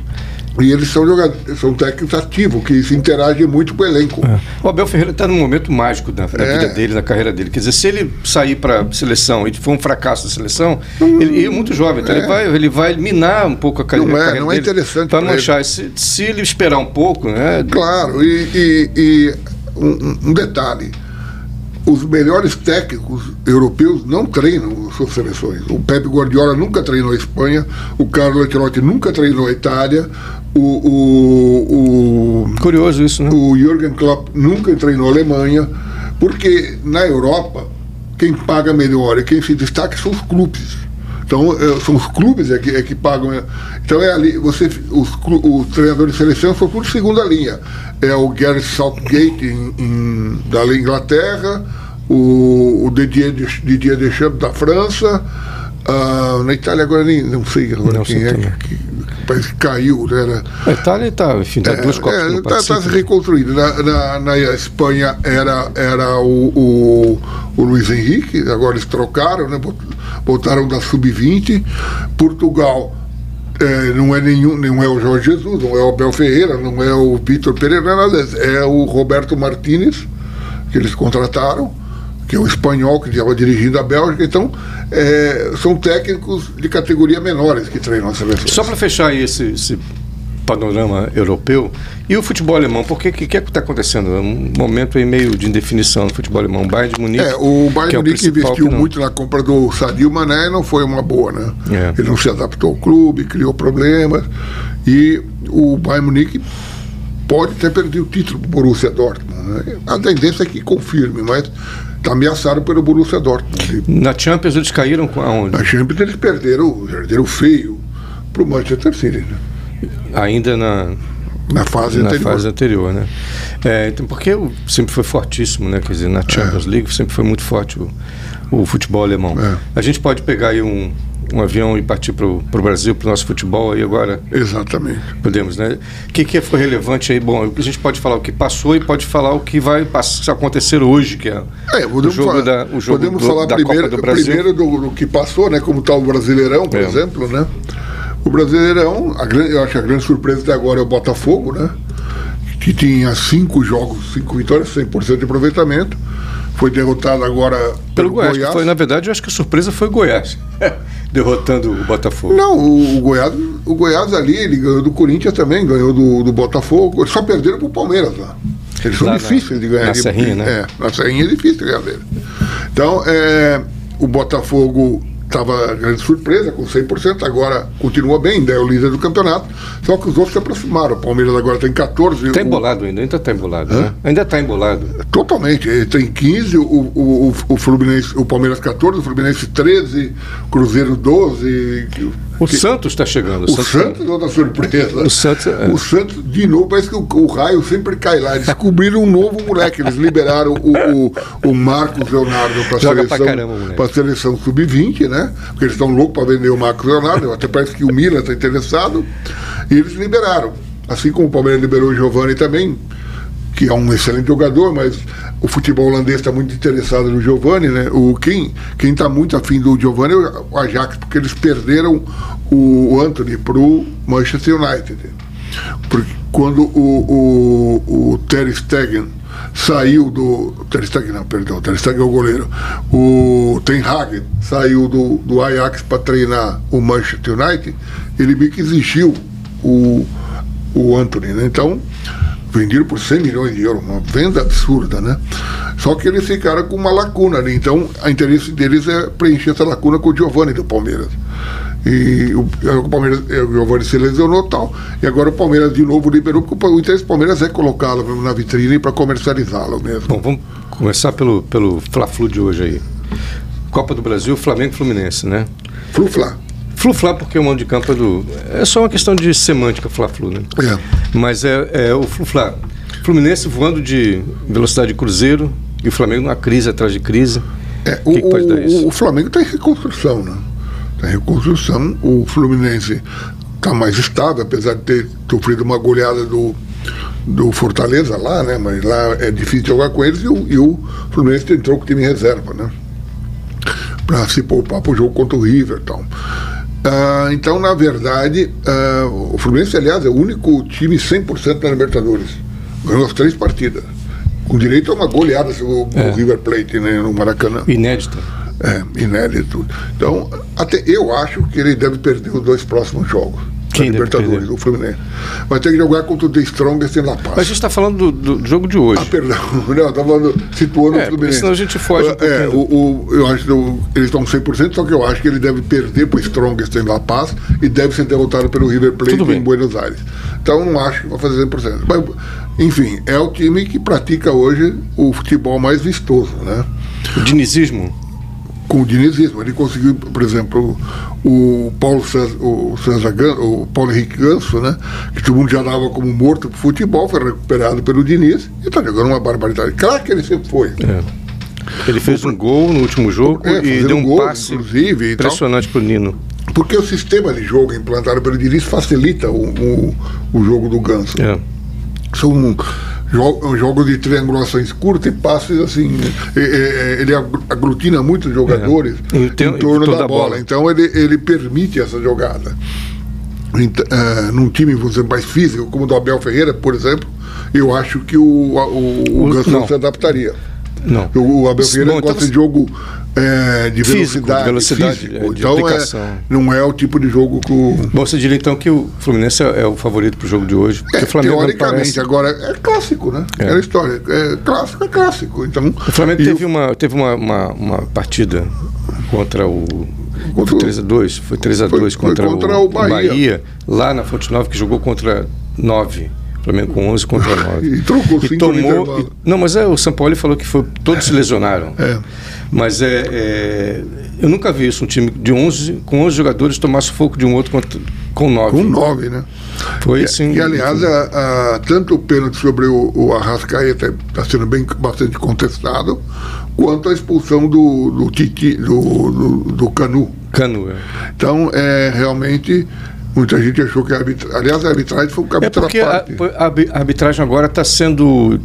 [SPEAKER 2] E eles são jogadores, são técnicos ativos, que se interagem muito com o elenco.
[SPEAKER 1] O Abel Ferreira está num momento mágico da, da
[SPEAKER 2] É.
[SPEAKER 1] vida dele, da carreira dele. Quer dizer, se ele sair para seleção e for um fracasso da seleção, ele, ele é muito jovem, então ele, vai, ele vai minar um pouco a carre- a
[SPEAKER 2] Hum. Não é,
[SPEAKER 1] carreira.
[SPEAKER 2] não é interessante
[SPEAKER 1] Para
[SPEAKER 2] pra
[SPEAKER 1] manchar. Se, se ele esperar um pouco, né?
[SPEAKER 2] Claro, e, e- e um, um- um detalhe: os melhores técnicos europeus não treinam as suas seleções. O Pepe Guardiola nunca treinou a Espanha, o Carlo Ancelotti nunca treinou a Itália, o, o, o,
[SPEAKER 1] Curioso isso, né?
[SPEAKER 2] o Jürgen Klopp nunca treinou a Alemanha, porque na Europa quem paga melhor e quem se destaca são os clubes. Então eh, são os clubes é que, é que pagam. eh. Então é ali você os, clu- os treinadores de seleção são tudo segunda linha. É o Gareth Southgate em, em- da Inglaterra, o, o Didier, Desch- Didier Deschamps da França. ah, na Itália agora nem não sei agora
[SPEAKER 1] Não sei
[SPEAKER 2] quem é
[SPEAKER 1] também.
[SPEAKER 2] que, que parece que caiu, né? Era-
[SPEAKER 1] A Itália está, enfim,
[SPEAKER 2] É,
[SPEAKER 1] tá duas copas. que não
[SPEAKER 2] está
[SPEAKER 1] participa. né?
[SPEAKER 2] se reconstruindo. Na, na- na Espanha era, era o, o, o Luiz Henrique, agora eles trocaram, né? Bot- botaram da sub-20. Portugal eh, não é nenhum, não é o Jorge Jesus, não é o Abel Ferreira, não é o Vitor Pereira, não é nada disso. é o Roberto Martínez, que eles contrataram, que é o espanhol que estava dirigindo a Bélgica. Então, eh, são técnicos de categoria menores que treinam a seleção.
[SPEAKER 1] Só para fechar aí esse, esse panorama europeu, e o futebol alemão, porque o que que está acontecendo? É um momento aí meio de indefinição no futebol alemão. O Bayern de Munique.
[SPEAKER 2] É, o Bayern
[SPEAKER 1] que é o
[SPEAKER 2] Munique
[SPEAKER 1] principal
[SPEAKER 2] investiu
[SPEAKER 1] que não-
[SPEAKER 2] muito na compra do Sadio Mané e não foi uma boa, né?
[SPEAKER 1] É.
[SPEAKER 2] Ele não se adaptou ao clube, criou problemas e o Bayern Munique pode ter perdido o título para o Borussia Dortmund. Né? A tendência é que confirme, mas está ameaçado pelo Borussia Dortmund. E
[SPEAKER 1] Na Champions eles caíram com- aonde?
[SPEAKER 2] Na Champions eles perderam, perderam feio para o Manchester City, né?
[SPEAKER 1] Ainda na,
[SPEAKER 2] Na fase
[SPEAKER 1] na
[SPEAKER 2] anterior.
[SPEAKER 1] fase anterior, né? É, então, porque o- sempre foi fortíssimo, né? Quer dizer, na Champions League sempre foi muito forte o, o futebol alemão.
[SPEAKER 2] É.
[SPEAKER 1] A gente pode pegar aí um, um avião e partir para o Brasil, para o nosso futebol aí agora.
[SPEAKER 2] Exatamente.
[SPEAKER 1] Podemos, né? O que, que foi relevante aí? Bom, a gente pode falar o que passou e pode falar o que vai pass- acontecer hoje, que é
[SPEAKER 2] É,
[SPEAKER 1] o
[SPEAKER 2] podemos
[SPEAKER 1] jogo,
[SPEAKER 2] falar,
[SPEAKER 1] da, o jogo
[SPEAKER 2] podemos
[SPEAKER 1] do-
[SPEAKER 2] falar
[SPEAKER 1] da
[SPEAKER 2] primeiro,
[SPEAKER 1] Copa do Brasil.
[SPEAKER 2] primeiro do, do que passou, né? Como está o Brasileirão, por
[SPEAKER 1] É.
[SPEAKER 2] exemplo, né? O Brasileirão, a grande- eu acho que a grande surpresa até agora é o Botafogo, né? Que tinha cinco jogos, cinco vitórias, 100% de aproveitamento. Foi derrotado agora
[SPEAKER 1] pelo Goiás. que Foi, na verdade, eu acho que a surpresa foi o Goiás, derrotando o Botafogo.
[SPEAKER 2] Não, o, o Goiás, o Goiás ali, ele ganhou do Corinthians também, ganhou do, do Botafogo, eles só perderam pro Palmeiras lá. Eles são
[SPEAKER 1] Lá na-
[SPEAKER 2] difíceis de ganhar.
[SPEAKER 1] na
[SPEAKER 2] de-
[SPEAKER 1] Serrinha, né?
[SPEAKER 2] É, na Serrinha é difícil ganhar dele. Então, é, o Botafogo estava grande surpresa, com 100%, agora continua bem, ainda é o líder do campeonato, só que os outros se aproximaram. O Palmeiras agora tem 14.
[SPEAKER 1] Está
[SPEAKER 2] o-
[SPEAKER 1] Tá embolado ainda, ainda está embolado, né? Ainda está embolado.
[SPEAKER 2] Totalmente. Ele tem 15, o, o, o, o Fluminense, o Palmeiras 14, o Fluminense 13, Cruzeiro 12.
[SPEAKER 1] O
[SPEAKER 2] que-
[SPEAKER 1] Santos tá- está chegando.
[SPEAKER 2] o Santos é outra surpresa.
[SPEAKER 1] O Santos, é.
[SPEAKER 2] O Santos, de novo, parece que o, o raio sempre cai lá. Eles Descobriram um novo moleque. Eles liberaram o, o, o Marcos Leonardo para a
[SPEAKER 1] Joga pra
[SPEAKER 2] seleção,
[SPEAKER 1] caramba, moleque.
[SPEAKER 2] pra seleção sub-20, né? Porque eles estão loucos para vender o Marcos Leonardo. Até parece que o Milan está interessado. E eles liberaram. Assim como o Palmeiras liberou o Giovanni também, que é um excelente jogador, mas o futebol holandês está muito interessado no Giovani, né? O quem quem está muito afim do Giovani é o Ajax, porque eles perderam o Anthony pro Manchester United. Porque quando o, o, o Ter Stegen saiu do Ter Stegen não, perdão, Ter Stegen é o goleiro. O Ten Hag saiu do, do Ajax para treinar o Manchester United, ele meio que exigiu o o Anthony, né? Então, vendido por 100 milhões de euros, uma venda absurda, né? Só que eles ficaram com uma lacuna ali. Então, a interesse deles é preencher essa lacuna com o Giovanni do Palmeiras. E o, o Palmeiras, é, o Giovanni se lesionou tal. E agora o Palmeiras de novo liberou, porque o interesse do Palmeiras é colocá-lo mesmo na vitrine para comercializá-lo mesmo.
[SPEAKER 1] Bom, vamos começar pelo, pelo Fla-Flu de hoje aí. Copa do Brasil, Flamengo e Fluminense, né?
[SPEAKER 2] Flu-Fla.
[SPEAKER 1] Flu-Fla porque o mão de campo é do... É só uma questão de semântica, Fla-Flu, né?
[SPEAKER 2] É.
[SPEAKER 1] Mas é, é o Flu-Fla. Fluminense voando de velocidade de cruzeiro e o Flamengo numa crise atrás de crise.
[SPEAKER 2] É,
[SPEAKER 1] que pode dar isso?
[SPEAKER 2] o, o Flamengo está em reconstrução, né? Está em reconstrução. O Fluminense está mais estável, apesar de ter sofrido uma goleada do, do Fortaleza lá, né? Mas lá é difícil jogar com eles e o, e o Fluminense entrou com o time em reserva, né? Para se poupar para o jogo contra o River e tal. Ah, então, na verdade, ah, o Fluminense, aliás, é o único time 100% na Libertadores. Ganhou as três partidas. Com direito a uma goleada sobre o
[SPEAKER 1] É.
[SPEAKER 2] o River Plate né, no Maracanã.
[SPEAKER 1] Inédito.
[SPEAKER 2] É, inédito. Então, até eu acho que ele deve perder os dois próximos jogos.
[SPEAKER 1] Quem
[SPEAKER 2] da
[SPEAKER 1] deve
[SPEAKER 2] Libertadores,
[SPEAKER 1] perder?
[SPEAKER 2] o Fluminense. Vai ter que jogar contra o The Strongest em La Paz.
[SPEAKER 1] Mas a gente está falando do, do jogo de
[SPEAKER 2] Ah,
[SPEAKER 1] hoje.
[SPEAKER 2] perdão, não, eu tava situando
[SPEAKER 1] É,
[SPEAKER 2] o Fluminense.
[SPEAKER 1] senão a gente foge um
[SPEAKER 2] Ah, é,
[SPEAKER 1] pouquinho.
[SPEAKER 2] o- o- eu acho que o- eles estão 100%, só que eu acho que ele deve perder para o Strongest em La Paz e deve ser derrotado pelo River Plate
[SPEAKER 1] Tudo bem.
[SPEAKER 2] em Buenos Aires. Então não acho que vai fazer 100%. Mas, enfim, é o time que pratica hoje o futebol mais vistoso, né?
[SPEAKER 1] O dinizismo.
[SPEAKER 2] com o dinizismo. Ele conseguiu, por exemplo, o Paulo César, o, César Gan- o Paulo Henrique Ganso, né? Que todo mundo já dava como morto pro futebol, foi recuperado pelo Diniz e tá jogando uma barbaridade. Claro que ele sempre foi.
[SPEAKER 1] Ele fez um gol no último jogo e
[SPEAKER 2] É, fazendo
[SPEAKER 1] deu um
[SPEAKER 2] gols,
[SPEAKER 1] passe
[SPEAKER 2] inclusive, e tal.
[SPEAKER 1] impressionante pro Nino.
[SPEAKER 2] Porque o sistema de jogo implantado pelo Diniz facilita o, o, o jogo do Ganso.
[SPEAKER 1] É.
[SPEAKER 2] São jo- um jogo de triangulações curtas e passes assim. é, é, é, Ele aglu- aglutina muitos jogadores
[SPEAKER 1] É. E tem-
[SPEAKER 2] em torno
[SPEAKER 1] em torno
[SPEAKER 2] da,
[SPEAKER 1] da
[SPEAKER 2] bola.
[SPEAKER 1] bola.
[SPEAKER 2] Então ele, ele permite essa jogada. Ent- ah, num time vamos dizer, mais físico, como o do Abel Ferreira, por exemplo, eu acho que o, a- o, o
[SPEAKER 1] O-
[SPEAKER 2] Ganso
[SPEAKER 1] não.
[SPEAKER 2] se adaptaria.
[SPEAKER 1] Não.
[SPEAKER 2] O, o Abel
[SPEAKER 1] Bom,
[SPEAKER 2] Ferreira
[SPEAKER 1] então
[SPEAKER 2] gosta
[SPEAKER 1] você-
[SPEAKER 2] de jogo é, de
[SPEAKER 1] Físico,
[SPEAKER 2] velocidade.
[SPEAKER 1] de velocidade,
[SPEAKER 2] físico.
[SPEAKER 1] é, de
[SPEAKER 2] então é-
[SPEAKER 1] aplicação.
[SPEAKER 2] não é o tipo de jogo que o.
[SPEAKER 1] Bom, você diria então que o Fluminense é o favorito pro jogo de hoje. Porque
[SPEAKER 2] É,
[SPEAKER 1] o Flamengo não
[SPEAKER 2] teoricamente,
[SPEAKER 1] parece...
[SPEAKER 2] agora é clássico, né?
[SPEAKER 1] É.
[SPEAKER 2] É. Era história. É, clássico é clássico. Então,
[SPEAKER 1] O Flamengo
[SPEAKER 2] e
[SPEAKER 1] teve, uma, teve uma, uma, uma partida contra o.
[SPEAKER 2] Contra
[SPEAKER 1] Foi
[SPEAKER 2] o-
[SPEAKER 1] 3x2, foi 3x2
[SPEAKER 2] foi- foi
[SPEAKER 1] contra,
[SPEAKER 2] contra
[SPEAKER 1] o,
[SPEAKER 2] o Bahia.
[SPEAKER 1] lá na Fonte Nova, que jogou contra 9. Flamengo com 11 contra 9.
[SPEAKER 2] E trocou
[SPEAKER 1] e
[SPEAKER 2] cinco no
[SPEAKER 1] tomou.
[SPEAKER 2] intervalo.
[SPEAKER 1] E, não, mas é, o São Paulo falou que foi, todos se lesionaram.
[SPEAKER 2] É.
[SPEAKER 1] Mas é, é, Eu nunca vi isso, um time de 11, com 11 jogadores tomar sufoco de um outro contra, com 9.
[SPEAKER 2] um 9, né?
[SPEAKER 1] Foi assim.
[SPEAKER 2] E aliás, a- a- tanto o pênalti sobre o, o Arrascaeta está sendo bem, bastante contestado, quanto a expulsão do, do Titi, do, do, do Canu.
[SPEAKER 1] Cano. é.
[SPEAKER 2] Então, é realmente, muita gente achou que a arbitragem. Aliás, a arbitragem foi um
[SPEAKER 1] É
[SPEAKER 2] capítulo à
[SPEAKER 1] porque a,
[SPEAKER 2] parte.
[SPEAKER 1] a arbi- a arbitragem agora está sendo